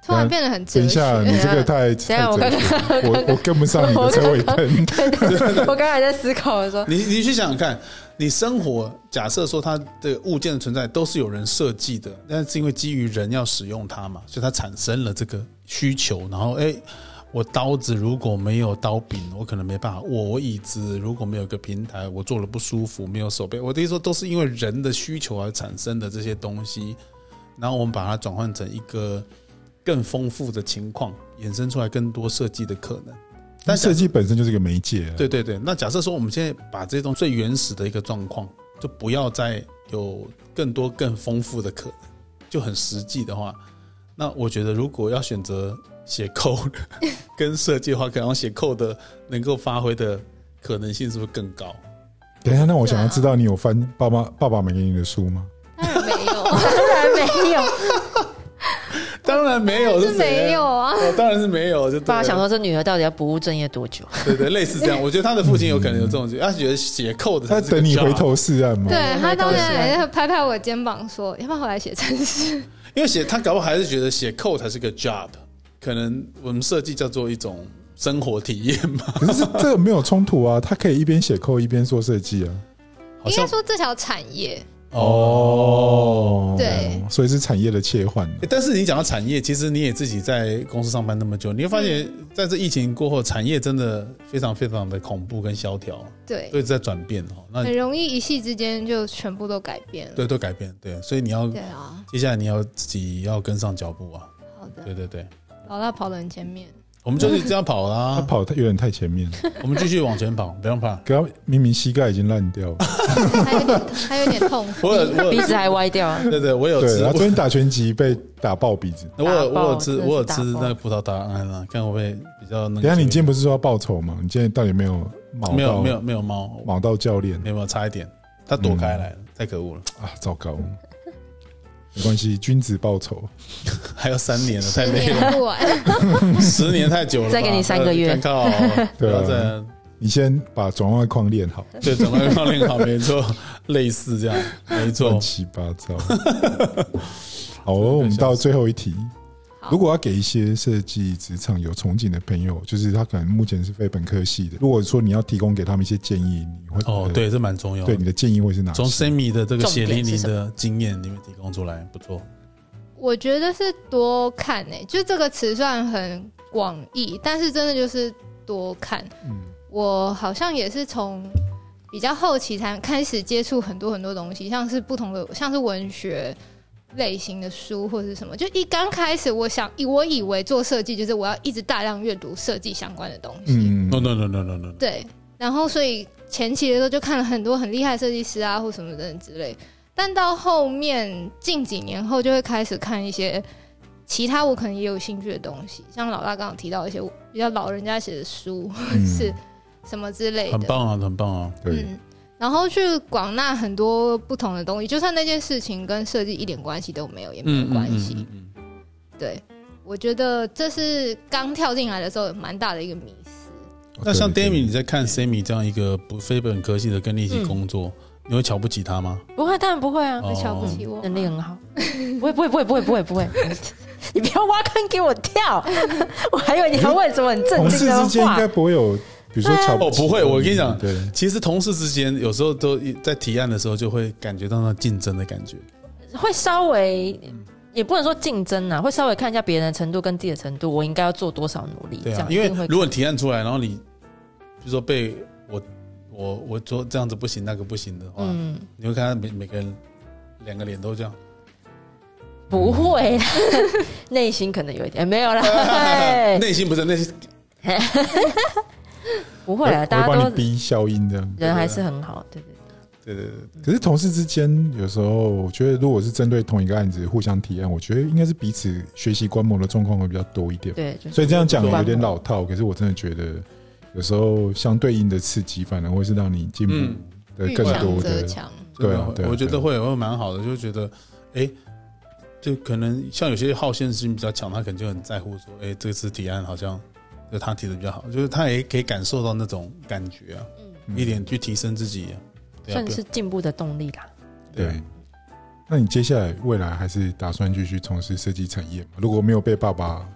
[SPEAKER 4] 突然变得很
[SPEAKER 1] 等
[SPEAKER 4] 哲
[SPEAKER 1] 一
[SPEAKER 4] 学。
[SPEAKER 1] 下，你这个太
[SPEAKER 3] 等一
[SPEAKER 1] 太
[SPEAKER 3] 下我
[SPEAKER 1] 哲
[SPEAKER 3] 刚
[SPEAKER 1] 学
[SPEAKER 3] 刚
[SPEAKER 1] 了我我跟不上你的车尾灯。
[SPEAKER 3] 我刚才 (laughs) 在思考的时
[SPEAKER 2] (laughs)
[SPEAKER 3] 候，
[SPEAKER 2] 你你去想想看，你生活假设说它的物件的存在都是有人设计的，但是因为基于人要使用它嘛，所以它产生了这个需求，然后哎，我刀子如果没有刀柄，我可能没办法握；我椅子如果没有个平台，我坐了不舒服，没有手背。我的意思说，都是因为人的需求而产生的这些东西，然后我们把它转换成一个更丰富的情况，衍生出来更多设计的可能。
[SPEAKER 1] 但
[SPEAKER 2] 但假设
[SPEAKER 1] 设计本身就是个媒介啊，
[SPEAKER 2] 对对对，那假设说我们现在把这种最原始的一个状况，就不要再有更多更丰富的可能，就很实际的话，那我觉得如果要选择写 code (laughs) 跟设计的话，可能写 code 的能够发挥的可能性是不是更高？
[SPEAKER 1] 等一下，那我想要知道你有翻爸爸爸爸买给你的书吗？
[SPEAKER 4] 当然没有， (laughs)
[SPEAKER 3] 当然没有。
[SPEAKER 2] 当然没有，
[SPEAKER 4] 是
[SPEAKER 2] 是谁
[SPEAKER 4] 没有。啊。
[SPEAKER 2] 哦当然是没有，就对
[SPEAKER 3] 爸爸
[SPEAKER 2] 了
[SPEAKER 3] 想说，这女儿到底要不务正业多久？
[SPEAKER 2] 对对，类似这样。我觉得他的父亲有可能有这种，他觉得写 code 的
[SPEAKER 1] 他
[SPEAKER 2] 才是个
[SPEAKER 1] 等你
[SPEAKER 2] job
[SPEAKER 1] 回头是岸
[SPEAKER 2] 哦
[SPEAKER 1] 吗？
[SPEAKER 4] 对他当
[SPEAKER 3] 对
[SPEAKER 2] 啊
[SPEAKER 3] 对
[SPEAKER 4] 然拍拍我肩膀说：“要不要回来写程式
[SPEAKER 2] 因为写他搞不好还是觉得写 code 才是个 job，可能我们设计叫做一种生活体验
[SPEAKER 4] (laughs)
[SPEAKER 2] 吧，
[SPEAKER 1] (laughs) 可是这这个没有冲突啊，他可以一边写扣一边做设计啊。？”
[SPEAKER 4] (laughs)
[SPEAKER 2] 好
[SPEAKER 4] 应
[SPEAKER 2] 像
[SPEAKER 4] 该说这条产业，
[SPEAKER 1] 哦，
[SPEAKER 4] 对
[SPEAKER 1] 所以是产业的切换啊、
[SPEAKER 2] 诶但是你讲到产业，其实你也自己在公司上班那么久，你会发现
[SPEAKER 4] 嗯
[SPEAKER 2] 在这疫情过后，产业真的非常非常的恐怖跟萧条，
[SPEAKER 4] 对，
[SPEAKER 2] 都一直在转变哦。那
[SPEAKER 4] 很容易一夕之间就全部都改变了。
[SPEAKER 2] 对都改变，对，所以你要
[SPEAKER 4] 对啊，
[SPEAKER 2] 接下来你要自己要跟上脚步啊，
[SPEAKER 4] 好的，
[SPEAKER 2] 对对对，
[SPEAKER 4] 老大跑得很前面。 (laughs)
[SPEAKER 2] 我们就是这样跑
[SPEAKER 1] 他
[SPEAKER 2] 啦，
[SPEAKER 1] 跑得有点太前面，
[SPEAKER 2] 我们继续往前跑，不用怕。
[SPEAKER 1] 可他明明膝盖已经烂掉了。
[SPEAKER 4] 还有点，还有点痛
[SPEAKER 2] (laughs)
[SPEAKER 4] 苦。
[SPEAKER 2] 我有我
[SPEAKER 4] (laughs)
[SPEAKER 3] 鼻
[SPEAKER 2] 有
[SPEAKER 3] 子还歪掉啊了。
[SPEAKER 2] 对对，我有嗯
[SPEAKER 1] 对，
[SPEAKER 2] 吃
[SPEAKER 1] 他昨天打拳击被打爆鼻子。
[SPEAKER 2] 我有
[SPEAKER 3] 打
[SPEAKER 2] 我
[SPEAKER 3] 爆
[SPEAKER 2] 有吃
[SPEAKER 3] 真的是
[SPEAKER 2] 我有
[SPEAKER 3] 打
[SPEAKER 2] 吃
[SPEAKER 3] 爆
[SPEAKER 2] 那个葡萄答案啊，看会不会比较那
[SPEAKER 1] 等
[SPEAKER 2] 个。
[SPEAKER 1] 一下你今天不是说要报仇吗？你今天到底没有毛到
[SPEAKER 2] 没有没有没有猫，
[SPEAKER 1] 毛到教练
[SPEAKER 2] 没有没有差一点，它躲开来了，太可恶了，
[SPEAKER 1] 啊？糟糕，没关系，君子报仇。
[SPEAKER 2] 还有三年了，太
[SPEAKER 3] (laughs)
[SPEAKER 4] 十
[SPEAKER 2] 累
[SPEAKER 4] (laughs)
[SPEAKER 2] 了，
[SPEAKER 4] 年不晚，
[SPEAKER 2] 十年太久了吧，
[SPEAKER 3] 再给你三个月
[SPEAKER 2] 看
[SPEAKER 3] (laughs)
[SPEAKER 2] 靠，不要再
[SPEAKER 1] 你先把转换框练好，
[SPEAKER 2] 对整个教练好，没错，类似这样，没错
[SPEAKER 1] 乱，七八糟。 (laughs) 好哦，我们到最后一题。
[SPEAKER 4] 好
[SPEAKER 1] 如果要给一些设计职场有憧憬的朋友，就是他可能目前是非本科系的，如果说你要提供给他们一些建议，你会呃
[SPEAKER 2] 哦，对，这蛮重要
[SPEAKER 1] 对
[SPEAKER 2] 的
[SPEAKER 1] 你。的建议会是哪
[SPEAKER 2] 从
[SPEAKER 1] 些？
[SPEAKER 2] Sammy 的这个血淋
[SPEAKER 3] 重点
[SPEAKER 2] 淋
[SPEAKER 3] 是什
[SPEAKER 2] 的经验里面提供出来，不错。
[SPEAKER 1] 嗯
[SPEAKER 4] 我觉得是多看诶、就这个词算很广义，但是真的就是多看。
[SPEAKER 1] 嗯，
[SPEAKER 4] 我好像也是从比较后期才开始接触很多很多东西，像是不同的，像是文学类型的书或是什么。就一刚开始，我想以我以为做设计就是我要一直大量阅读设计相关的东西，
[SPEAKER 1] 嗯
[SPEAKER 2] No no no no no no，
[SPEAKER 4] 对，然后所以前期的时候就看了很多很厉害的设计师啊，或什么等等之类。但到后面近几年后，就会开始看一些其他我可能也有兴趣的东西，像老大刚刚提到一些比较老人家写的书，
[SPEAKER 1] 嗯
[SPEAKER 4] 是什么之类的，
[SPEAKER 2] 很棒啊，很棒啊，
[SPEAKER 1] 对，
[SPEAKER 4] 嗯，然后去广纳很多不同的东西，就算那件事情跟设计一点关系都没有，也没有
[SPEAKER 2] 嗯，
[SPEAKER 4] 关
[SPEAKER 2] 嗯
[SPEAKER 4] 系。
[SPEAKER 2] 嗯嗯嗯
[SPEAKER 4] 对，我觉觉得这是刚跳进来的时候蛮大的一个迷思。
[SPEAKER 2] 那像 d a
[SPEAKER 1] 哦对
[SPEAKER 2] m i
[SPEAKER 1] 对
[SPEAKER 2] 你在看 Sammy 这样一个不非本科系的跟你一起工作，你会瞧不起他吗？
[SPEAKER 3] 不会，当然不会啊，
[SPEAKER 2] 哦
[SPEAKER 4] 瞧不起我，
[SPEAKER 3] 能力很好。不会，不会，不会，不会，不会，不会。 (laughs) 你不要挖坑给我跳，我还以为你要问什么很
[SPEAKER 1] 同
[SPEAKER 3] 正
[SPEAKER 1] 事之
[SPEAKER 3] 经
[SPEAKER 1] 间
[SPEAKER 3] 的
[SPEAKER 1] 应
[SPEAKER 3] 话啊
[SPEAKER 1] 该。不会有，比如说瞧
[SPEAKER 2] 哦
[SPEAKER 1] 不起
[SPEAKER 2] 不会我跟你讲
[SPEAKER 1] 对，
[SPEAKER 2] 其实同事之间有时候都在提案的时候，就会感觉到那竞争的感觉。
[SPEAKER 3] 会稍微，也不能说竞争啊，会稍微看一下别人的程度跟自己的程度，我应该要做多少努力。
[SPEAKER 2] 对
[SPEAKER 3] 这
[SPEAKER 2] 啊，
[SPEAKER 3] 样
[SPEAKER 2] 因为
[SPEAKER 3] 一定会
[SPEAKER 2] 如果你提案出来，然后你比如说被我我我说这样子不行，那个不行的话，
[SPEAKER 3] 嗯，
[SPEAKER 2] 你会看到每每个人两个脸都这样。
[SPEAKER 3] 不会啦， (laughs) 内心可能有一点哎没有啦，
[SPEAKER 2] (laughs)
[SPEAKER 3] 嘿
[SPEAKER 2] 内心不是内心，
[SPEAKER 3] 不会啦，
[SPEAKER 1] 我
[SPEAKER 3] 大
[SPEAKER 1] 会
[SPEAKER 3] 家
[SPEAKER 1] 帮你
[SPEAKER 3] 都
[SPEAKER 1] 逼消音这样。
[SPEAKER 3] 人还是很好，对
[SPEAKER 2] 对
[SPEAKER 3] 对
[SPEAKER 2] 对对，
[SPEAKER 1] 可是同事之间有时候，我觉得如果是针对同一个案子互相提案，我觉得应该是彼此学习观摩的状况会比较多一点。
[SPEAKER 3] 对，就是
[SPEAKER 1] 所以这样讲有点
[SPEAKER 3] 观
[SPEAKER 1] 老套，可是我真的觉得有时候相对应的刺激反而会是让你进步
[SPEAKER 2] 嗯
[SPEAKER 1] 的
[SPEAKER 4] 遇
[SPEAKER 1] 更
[SPEAKER 4] 强
[SPEAKER 1] 多
[SPEAKER 4] 则
[SPEAKER 1] 的。
[SPEAKER 4] 强，
[SPEAKER 1] 对啊
[SPEAKER 2] 真的
[SPEAKER 1] 对啊
[SPEAKER 2] 我觉
[SPEAKER 1] 对
[SPEAKER 2] 得
[SPEAKER 1] 啊
[SPEAKER 2] 会会蛮好的，就觉得，哎，就可能像有些好胜心比较强，他可能就很在乎说，哎，这次提案好像就他提的比较好，就是他也可以感受到那种感觉啊，
[SPEAKER 1] 嗯
[SPEAKER 2] 一点去提升自己啊、对啊，啊
[SPEAKER 3] 算
[SPEAKER 2] 不要
[SPEAKER 3] 是进步的动力
[SPEAKER 2] (laughs)
[SPEAKER 3] 啦。
[SPEAKER 1] 对。那你接下来未来还是打算继续从事设计产业吗？如果没有被爸爸，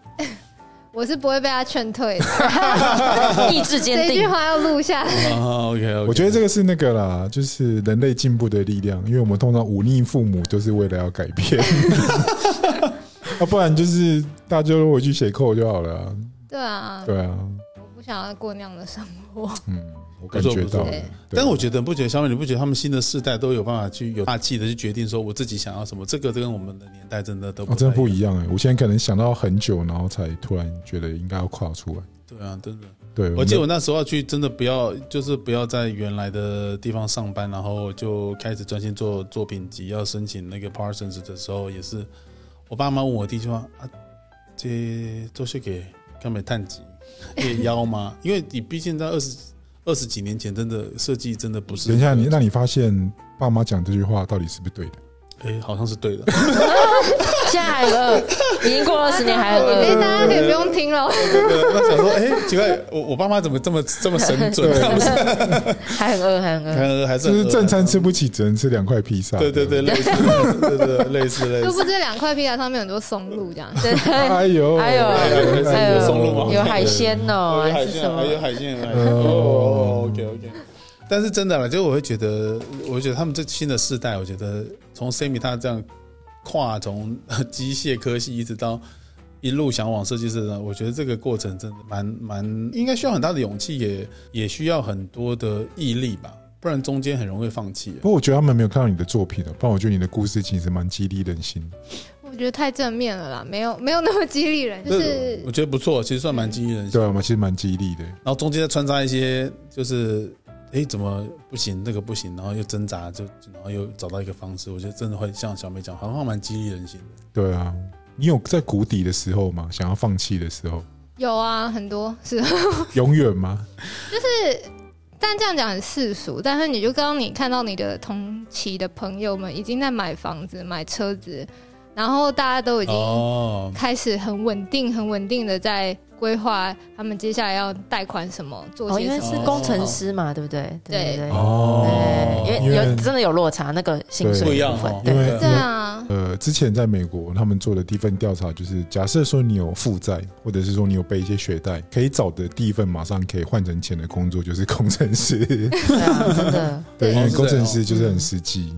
[SPEAKER 4] 我是不会被他劝退的。
[SPEAKER 3] 意志 (laughs) 坚
[SPEAKER 4] 这句
[SPEAKER 3] 定，
[SPEAKER 4] 话要录
[SPEAKER 2] (laughs)
[SPEAKER 4] 下来。
[SPEAKER 2] 啊，OK，
[SPEAKER 1] 我觉得
[SPEAKER 2] 这
[SPEAKER 1] 这个是那个啦，就是人类进步的力量，因为我们通常忤逆父母都是为了要改
[SPEAKER 2] (laughs)
[SPEAKER 1] 变，啊，不然就是大家就回去写扣就好了啊、
[SPEAKER 4] 对对啊，
[SPEAKER 1] 对啊，
[SPEAKER 4] 我不想要过那样的生活。
[SPEAKER 1] 嗯，我
[SPEAKER 2] 不
[SPEAKER 1] 感
[SPEAKER 2] 错
[SPEAKER 1] 觉
[SPEAKER 2] 不错
[SPEAKER 1] 到了
[SPEAKER 3] 对。
[SPEAKER 2] 但是我觉得不觉得小美，你不觉得他们新的世代都有办法去有大气的去决定说我自己想要什么？这个跟我们的年代真的都
[SPEAKER 1] 哦，
[SPEAKER 2] 不
[SPEAKER 1] 真的不
[SPEAKER 2] 太
[SPEAKER 1] 一样哎、我现在可能想到很久，然后才突然觉得应该要跨出来。
[SPEAKER 2] 对啊，真的。
[SPEAKER 1] 对，
[SPEAKER 2] 我
[SPEAKER 1] 们
[SPEAKER 2] 记得我那时候要去，真的不要，就是不要在原来的地方上班，然后就开始专心做作品集，要申请那个 Parsons 的时候，也是我爸妈问我第一句话啊，这做些给干没探级，也腰吗？因为你毕竟在二十二十几年前，真的设计真的不是。
[SPEAKER 1] 等一下，你那你发现爸妈讲这句话到底是不是对的？
[SPEAKER 2] 哎，好像是对的。
[SPEAKER 3] (laughs) 现在还很饿，已经过了二十年还很
[SPEAKER 4] 所以
[SPEAKER 3] 饿。
[SPEAKER 4] 大家可以不用听了，
[SPEAKER 2] 那想说，哎，奇怪，我我爸妈怎么这么这么神准？他
[SPEAKER 1] (laughs)
[SPEAKER 2] 们是
[SPEAKER 3] 还很饿，还很饿。
[SPEAKER 2] 还还是
[SPEAKER 1] 就
[SPEAKER 2] 很
[SPEAKER 1] 是正餐
[SPEAKER 2] 饿
[SPEAKER 1] 吃不起，只能吃两块披萨。
[SPEAKER 2] 对对对，类似，对对对类似类
[SPEAKER 4] 殊
[SPEAKER 2] 似。
[SPEAKER 4] 不知两块披萨上面很多松露这样。
[SPEAKER 3] 对，
[SPEAKER 1] 哎呦，
[SPEAKER 3] 哎呦
[SPEAKER 2] 哎呦有松露吗
[SPEAKER 3] 有海鲜哦，
[SPEAKER 2] 有
[SPEAKER 3] 还
[SPEAKER 2] 海
[SPEAKER 3] 是
[SPEAKER 2] 鲜
[SPEAKER 3] 什
[SPEAKER 2] 啊，
[SPEAKER 3] 么
[SPEAKER 2] 还？有海鲜，有海鲜。
[SPEAKER 1] 嗯
[SPEAKER 2] 哦，OK OK。但是真的啦，就我会觉得，我觉得他们这新的世代，我觉得从 Sammy 他这样跨从机械科系一直到一路想往设计师呢，我觉得这个过程真的蛮蛮，应该需要很大的勇气，也也需要很多的毅力吧，不然中间很容易放弃。
[SPEAKER 1] 不过我觉得他们没有看到你的作品了，啊不然我觉得你的故事其实蛮激励人心的。
[SPEAKER 4] 我觉得太正面了啦，没有没有那么激励人，就是
[SPEAKER 2] 我觉得不错，其实算蛮激励人心的
[SPEAKER 1] 对啊，我们其实蛮激励的。
[SPEAKER 2] 然后中间再穿插一些，就是哎怎么不行，那个不行，然后又挣扎，就然后又找到一个方式，我觉得真的会像小美讲，好像蛮激励人心的。
[SPEAKER 1] 对啊，你有在谷底的时候吗？想要放弃的
[SPEAKER 3] (laughs)
[SPEAKER 1] 时候，
[SPEAKER 4] 有啊，很多是，
[SPEAKER 1] 永远吗？
[SPEAKER 4] 但这样讲很世俗。但是你就刚刚你看到你的同期的朋友们已经在买房子、买车子，然后大家都已经
[SPEAKER 2] 哦，
[SPEAKER 4] 开始很稳定、很稳定的在规划他们接下来要贷款什么、做
[SPEAKER 3] 哦，
[SPEAKER 4] 些
[SPEAKER 3] 因为
[SPEAKER 4] 什么。
[SPEAKER 3] 是工程师嘛，对不对？
[SPEAKER 4] 对
[SPEAKER 3] 对
[SPEAKER 1] 哦
[SPEAKER 3] 对，因为有真的有落差，那个薪水
[SPEAKER 1] 对
[SPEAKER 2] 不一
[SPEAKER 3] 的
[SPEAKER 2] 样
[SPEAKER 3] 部分
[SPEAKER 2] 哦，
[SPEAKER 3] 对
[SPEAKER 1] 因为
[SPEAKER 4] 对啊，
[SPEAKER 1] 呃，之前在美国，他们做的第一份调查就是，假设说你有负债，或者是说你有背一些学贷，可以找的第一份马上可以换成钱的工作就是工程
[SPEAKER 3] (laughs)
[SPEAKER 1] 师。
[SPEAKER 3] 对啊，真的，
[SPEAKER 1] 对，
[SPEAKER 4] 对
[SPEAKER 1] 因为
[SPEAKER 2] 哦是
[SPEAKER 1] 工程
[SPEAKER 2] 哦
[SPEAKER 1] 师就是很实际。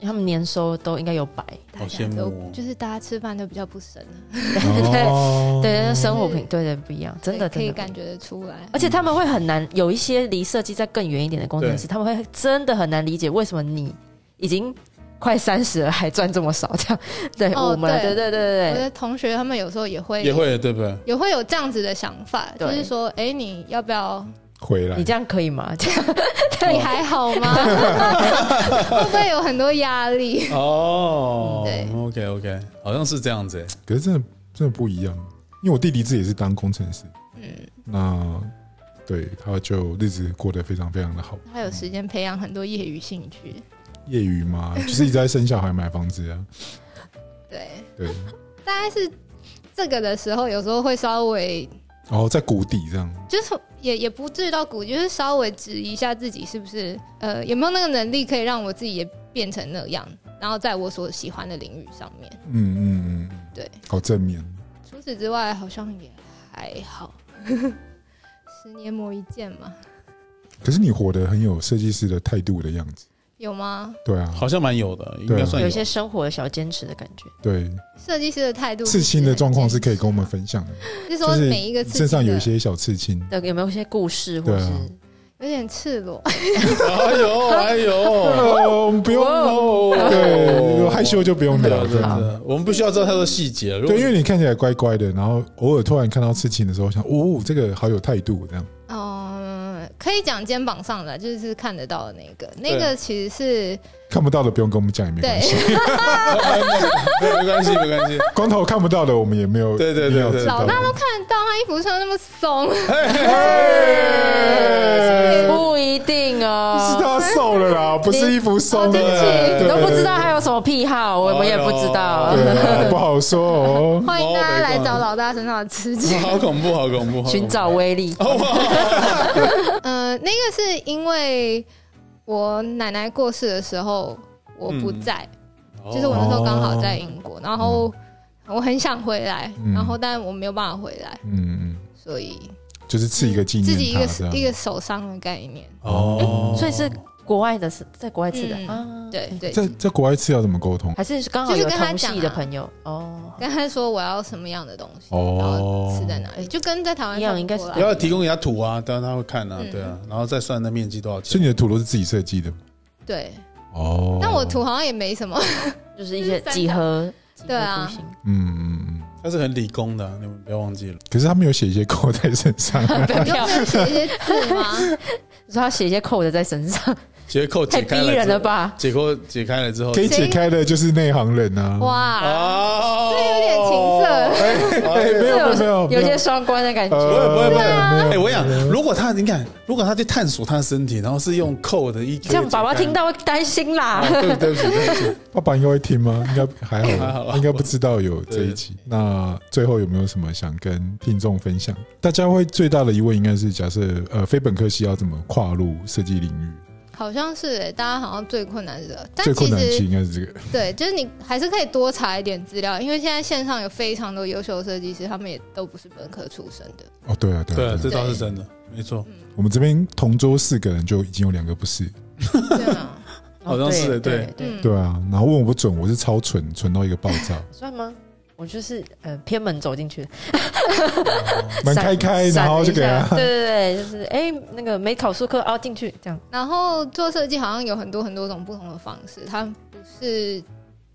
[SPEAKER 3] 因为他们年收都应该有百，
[SPEAKER 2] 好羡慕
[SPEAKER 4] 都
[SPEAKER 2] 哦。
[SPEAKER 4] 就是大家吃饭都比较不省啊了，
[SPEAKER 3] (laughs)
[SPEAKER 1] 哦
[SPEAKER 3] 对，那生活品对对不一样，真的
[SPEAKER 4] 可
[SPEAKER 3] 真
[SPEAKER 4] 以
[SPEAKER 3] 的
[SPEAKER 4] 感觉得出来。
[SPEAKER 3] 而且他们会很难，有一些离设计再更远一点的工程师，他们会真的很难理解为什么你已经快三十了还赚这么少，这样 (laughs) 对、
[SPEAKER 4] 哦
[SPEAKER 3] 我们啊对
[SPEAKER 4] 对
[SPEAKER 3] 对
[SPEAKER 4] 我
[SPEAKER 3] 对对
[SPEAKER 4] 的同学他们有时候也会
[SPEAKER 2] 也会对不对？
[SPEAKER 4] 也会有这样子的想法，就
[SPEAKER 3] 对
[SPEAKER 4] 是说，哎、你要不要？
[SPEAKER 1] 回
[SPEAKER 3] 对，
[SPEAKER 1] 来
[SPEAKER 3] 你这样可以吗？这样
[SPEAKER 4] 你还好吗？ (laughs) 会不会有很多压力？
[SPEAKER 2] 哦
[SPEAKER 4] 嗯对
[SPEAKER 2] ，OK OK，好像是这样子欸。
[SPEAKER 1] 可是真的真的不一样，因为我弟弟自己也是当工程师，
[SPEAKER 4] 嗯，
[SPEAKER 1] 那对他就日子过得非常非常的好。
[SPEAKER 4] 他有时间培养很多业余兴趣。
[SPEAKER 1] 业余嘛， (laughs) 就是一直在生小孩、买房子啊。
[SPEAKER 4] 对，
[SPEAKER 1] 对，
[SPEAKER 4] 大概是这个的时候，有时候会稍微
[SPEAKER 1] 然后在谷底这样。
[SPEAKER 4] 就是也也不至于到谷，就是稍微质疑一下自己是不是呃有没有那个能力可以让我自己也变成那样，然后在我所喜欢的领域上面。
[SPEAKER 1] 嗯嗯嗯嗯，
[SPEAKER 4] 对，
[SPEAKER 1] 好正面。
[SPEAKER 4] 除此之外，好像也还好， (laughs) 十年磨一剑嘛，
[SPEAKER 1] 可是你活得很有设计师的态度的样子。
[SPEAKER 4] 有吗？
[SPEAKER 1] 对啊，
[SPEAKER 2] 好像蛮有的，应
[SPEAKER 1] 对
[SPEAKER 2] 该
[SPEAKER 1] 啊
[SPEAKER 2] 算
[SPEAKER 3] 有
[SPEAKER 2] 有
[SPEAKER 3] 一。些生活的小坚持的感觉，
[SPEAKER 1] 对，
[SPEAKER 4] 设计师的态度，
[SPEAKER 1] 刺青的状况是可以跟我们，分享的吗，
[SPEAKER 4] 就是
[SPEAKER 1] 就
[SPEAKER 4] (laughs) 说
[SPEAKER 1] 是
[SPEAKER 4] 每一个刺青
[SPEAKER 1] 身上有一
[SPEAKER 4] 的
[SPEAKER 1] 些小刺青。
[SPEAKER 3] 对，有没有一些故事或
[SPEAKER 1] 对啊
[SPEAKER 3] 是？
[SPEAKER 4] 有点赤裸，
[SPEAKER 2] 哎呦哎呦，
[SPEAKER 1] 哦，我们不用
[SPEAKER 2] 哦
[SPEAKER 1] 对，有害羞就不用
[SPEAKER 2] 对
[SPEAKER 1] 聊。
[SPEAKER 2] 对
[SPEAKER 1] 对啊
[SPEAKER 2] 对，我们不需要知道太多细节。如果
[SPEAKER 1] 对，因为你看起来乖乖的，然后偶尔突然看到刺青的时候，想哦，这个好有态度，这样。
[SPEAKER 4] 嗯，可以讲肩膀上的，就是看得到的那个，
[SPEAKER 2] 啊
[SPEAKER 4] 那个其实是
[SPEAKER 1] 看不到的不用跟我们讲也没关系，
[SPEAKER 4] (laughs)
[SPEAKER 2] 没没关系没关系，
[SPEAKER 1] 光头看不到的我们也没有
[SPEAKER 2] 对对对
[SPEAKER 1] 一定要
[SPEAKER 2] 对
[SPEAKER 1] 知道
[SPEAKER 4] 老
[SPEAKER 1] 的
[SPEAKER 4] 大都看得到，他衣服穿那么松，
[SPEAKER 1] 啊
[SPEAKER 3] 不一定
[SPEAKER 1] 是
[SPEAKER 3] 哦，
[SPEAKER 1] 他瘦了啦，不是衣服瘦
[SPEAKER 4] 哦对不
[SPEAKER 1] 的，
[SPEAKER 4] 起，
[SPEAKER 1] 对
[SPEAKER 3] 都不知道他有什么癖好，我们也不知道。
[SPEAKER 1] 对啊，不好说哦。
[SPEAKER 4] 欢迎大家来
[SPEAKER 2] 哦没关系
[SPEAKER 4] 找老大身上的刺青。
[SPEAKER 1] (laughs)
[SPEAKER 2] 好恐怖好恐怖，好恐怖
[SPEAKER 3] 寻找威力，
[SPEAKER 2] 哦
[SPEAKER 1] 哦
[SPEAKER 4] 呃，那个是因为我奶奶过世的时候我不在，
[SPEAKER 1] 嗯
[SPEAKER 4] 就是我那时候刚好在英国，然后我很想回来，
[SPEAKER 1] 哦嗯
[SPEAKER 4] 然后但我没有办法回来，
[SPEAKER 1] 嗯嗯，
[SPEAKER 4] 所以
[SPEAKER 1] 就是刺一个纪
[SPEAKER 4] 自
[SPEAKER 1] 念
[SPEAKER 4] 己一
[SPEAKER 1] 他这
[SPEAKER 4] 个
[SPEAKER 1] 样
[SPEAKER 4] 一。个手伤的概念。
[SPEAKER 2] 哦
[SPEAKER 3] 所以是国外的是在国外吃的
[SPEAKER 4] 嗯
[SPEAKER 3] 啊，
[SPEAKER 4] 对对，
[SPEAKER 1] 在在国外吃要怎么沟通？
[SPEAKER 3] 还是刚好
[SPEAKER 4] 就是
[SPEAKER 3] 有
[SPEAKER 4] 跟他
[SPEAKER 3] 同系
[SPEAKER 4] 讲
[SPEAKER 3] 的
[SPEAKER 4] 啊
[SPEAKER 3] 朋友哦，
[SPEAKER 4] 跟他说我要什么样的东西，然后
[SPEAKER 1] 哦
[SPEAKER 4] 吃在哪里，就跟在台湾
[SPEAKER 3] 一样
[SPEAKER 4] 差不多
[SPEAKER 3] 应该是
[SPEAKER 4] 啦
[SPEAKER 2] 不要提供给他图啊，当然他会看啊
[SPEAKER 4] 嗯，
[SPEAKER 2] 对啊，然后再算那面积多少
[SPEAKER 1] 所
[SPEAKER 2] 钱
[SPEAKER 1] 以。你的图都是自己设计的
[SPEAKER 4] 对。
[SPEAKER 1] 哦。
[SPEAKER 4] 但我图好像也没什么， (laughs)
[SPEAKER 3] 就是一些几何
[SPEAKER 4] 对啊
[SPEAKER 3] 几何图形
[SPEAKER 1] 嗯嗯嗯，
[SPEAKER 2] 他是很理工的，你们不要忘记了。
[SPEAKER 1] 可是他们有写一些扣在身上，
[SPEAKER 4] 你用那写一些
[SPEAKER 1] (laughs)
[SPEAKER 4] 字吗？
[SPEAKER 3] 就是他写一些扣的在身上，
[SPEAKER 2] 结构解
[SPEAKER 3] 太
[SPEAKER 2] 开
[SPEAKER 3] 逼人了
[SPEAKER 2] 了之后，
[SPEAKER 3] 吧？
[SPEAKER 2] 结构解开了之后
[SPEAKER 1] 可，以解开的就是内行人啊。
[SPEAKER 4] 哇，
[SPEAKER 2] 啊，
[SPEAKER 4] 这有点情色，
[SPEAKER 1] 哎，哎没有没有没有，
[SPEAKER 3] 有一些双关的感觉。
[SPEAKER 1] 呃
[SPEAKER 2] 不会不会
[SPEAKER 3] 啊
[SPEAKER 1] 没有
[SPEAKER 2] 哎、
[SPEAKER 1] 没有
[SPEAKER 2] 我想，如果他你看，如果他去探索他的身体，然后是用扣的 EQ，
[SPEAKER 3] 这样爸爸
[SPEAKER 2] 解开
[SPEAKER 3] 听。到会担心啦
[SPEAKER 1] 哦
[SPEAKER 2] 啊、。对对不起，对不起，
[SPEAKER 1] 爸爸应该会听吗？应该还好，
[SPEAKER 2] (laughs) 还好啊吧
[SPEAKER 1] 应该不知道有这一集。那最后有没有什么想跟听众分享？大家会最大的疑问应该是，假设呃非本科系要怎么跨入设计领域？
[SPEAKER 4] 好像是哎，大家好像最困难的，但
[SPEAKER 1] 最
[SPEAKER 4] 其
[SPEAKER 1] 困难的
[SPEAKER 4] 实
[SPEAKER 1] 期应该是这个。
[SPEAKER 4] 对，就是你还是可以多查一点资料，因为现在线上有非常多优秀的设计师，他们也都不是本科出身
[SPEAKER 1] (laughs)
[SPEAKER 4] 的，
[SPEAKER 1] 哦，对啊，对
[SPEAKER 2] 对
[SPEAKER 1] 啊，，
[SPEAKER 2] 这
[SPEAKER 1] 对啊。
[SPEAKER 2] 倒是真的，没错，
[SPEAKER 1] 我们这边同桌四个人就已经有两个不是，
[SPEAKER 4] 对啊，嗯
[SPEAKER 2] 好像是
[SPEAKER 3] 对
[SPEAKER 2] 对
[SPEAKER 3] 对，
[SPEAKER 1] 对啊。然后问我不准，我是超蠢，蠢到一个爆炸。
[SPEAKER 3] 算吗？我就是呃偏门走进去，
[SPEAKER 1] 门开开，
[SPEAKER 3] 闪
[SPEAKER 1] 然后就给
[SPEAKER 3] 闪了一下
[SPEAKER 1] 他。
[SPEAKER 3] 对对对，就是哎那个没考数课哦进去这样。
[SPEAKER 4] 然后做设计好像有很多很多种不同的方式，它不是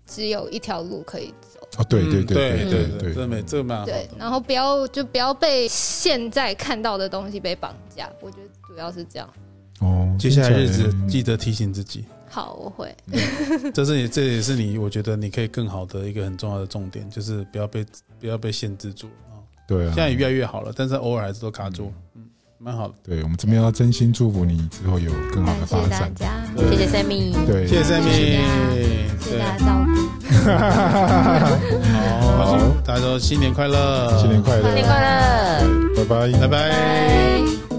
[SPEAKER 4] 只有一条路可以走。
[SPEAKER 1] 哦，对对
[SPEAKER 2] 嗯
[SPEAKER 1] 对
[SPEAKER 2] 对
[SPEAKER 1] 对
[SPEAKER 2] 这没这个蛮
[SPEAKER 1] 啊
[SPEAKER 2] 好
[SPEAKER 4] 对
[SPEAKER 2] 的，，
[SPEAKER 4] 然后不要就不要被现在看到的东西被绑架，我觉得主要是这样。
[SPEAKER 1] 哦，
[SPEAKER 2] 接下来日
[SPEAKER 1] 听起
[SPEAKER 2] 子
[SPEAKER 1] 嗯
[SPEAKER 2] 记得提醒自己，
[SPEAKER 4] 好，我会。
[SPEAKER 2] 这是你这也是你，我觉得你可以更好的一个很重要的重点，就是不要被不要被限制住啊。
[SPEAKER 1] 对啊，
[SPEAKER 2] 现在也越来越好了，但是偶尔还是都卡住了，嗯，蛮好的。
[SPEAKER 1] 对我们这边要真心祝福你之后有更嗯好的
[SPEAKER 4] 感
[SPEAKER 1] 发
[SPEAKER 4] 谢大
[SPEAKER 1] 展。
[SPEAKER 4] 家，
[SPEAKER 3] 谢谢 Sammy。
[SPEAKER 1] 对，
[SPEAKER 2] 谢谢 Sammy，
[SPEAKER 4] 谢谢
[SPEAKER 2] 对
[SPEAKER 4] 大，家照顾，
[SPEAKER 2] 好，大家都新年快乐，
[SPEAKER 1] 新年快乐，
[SPEAKER 3] 新年快乐！
[SPEAKER 1] 拜拜，
[SPEAKER 2] 拜拜。
[SPEAKER 4] 拜。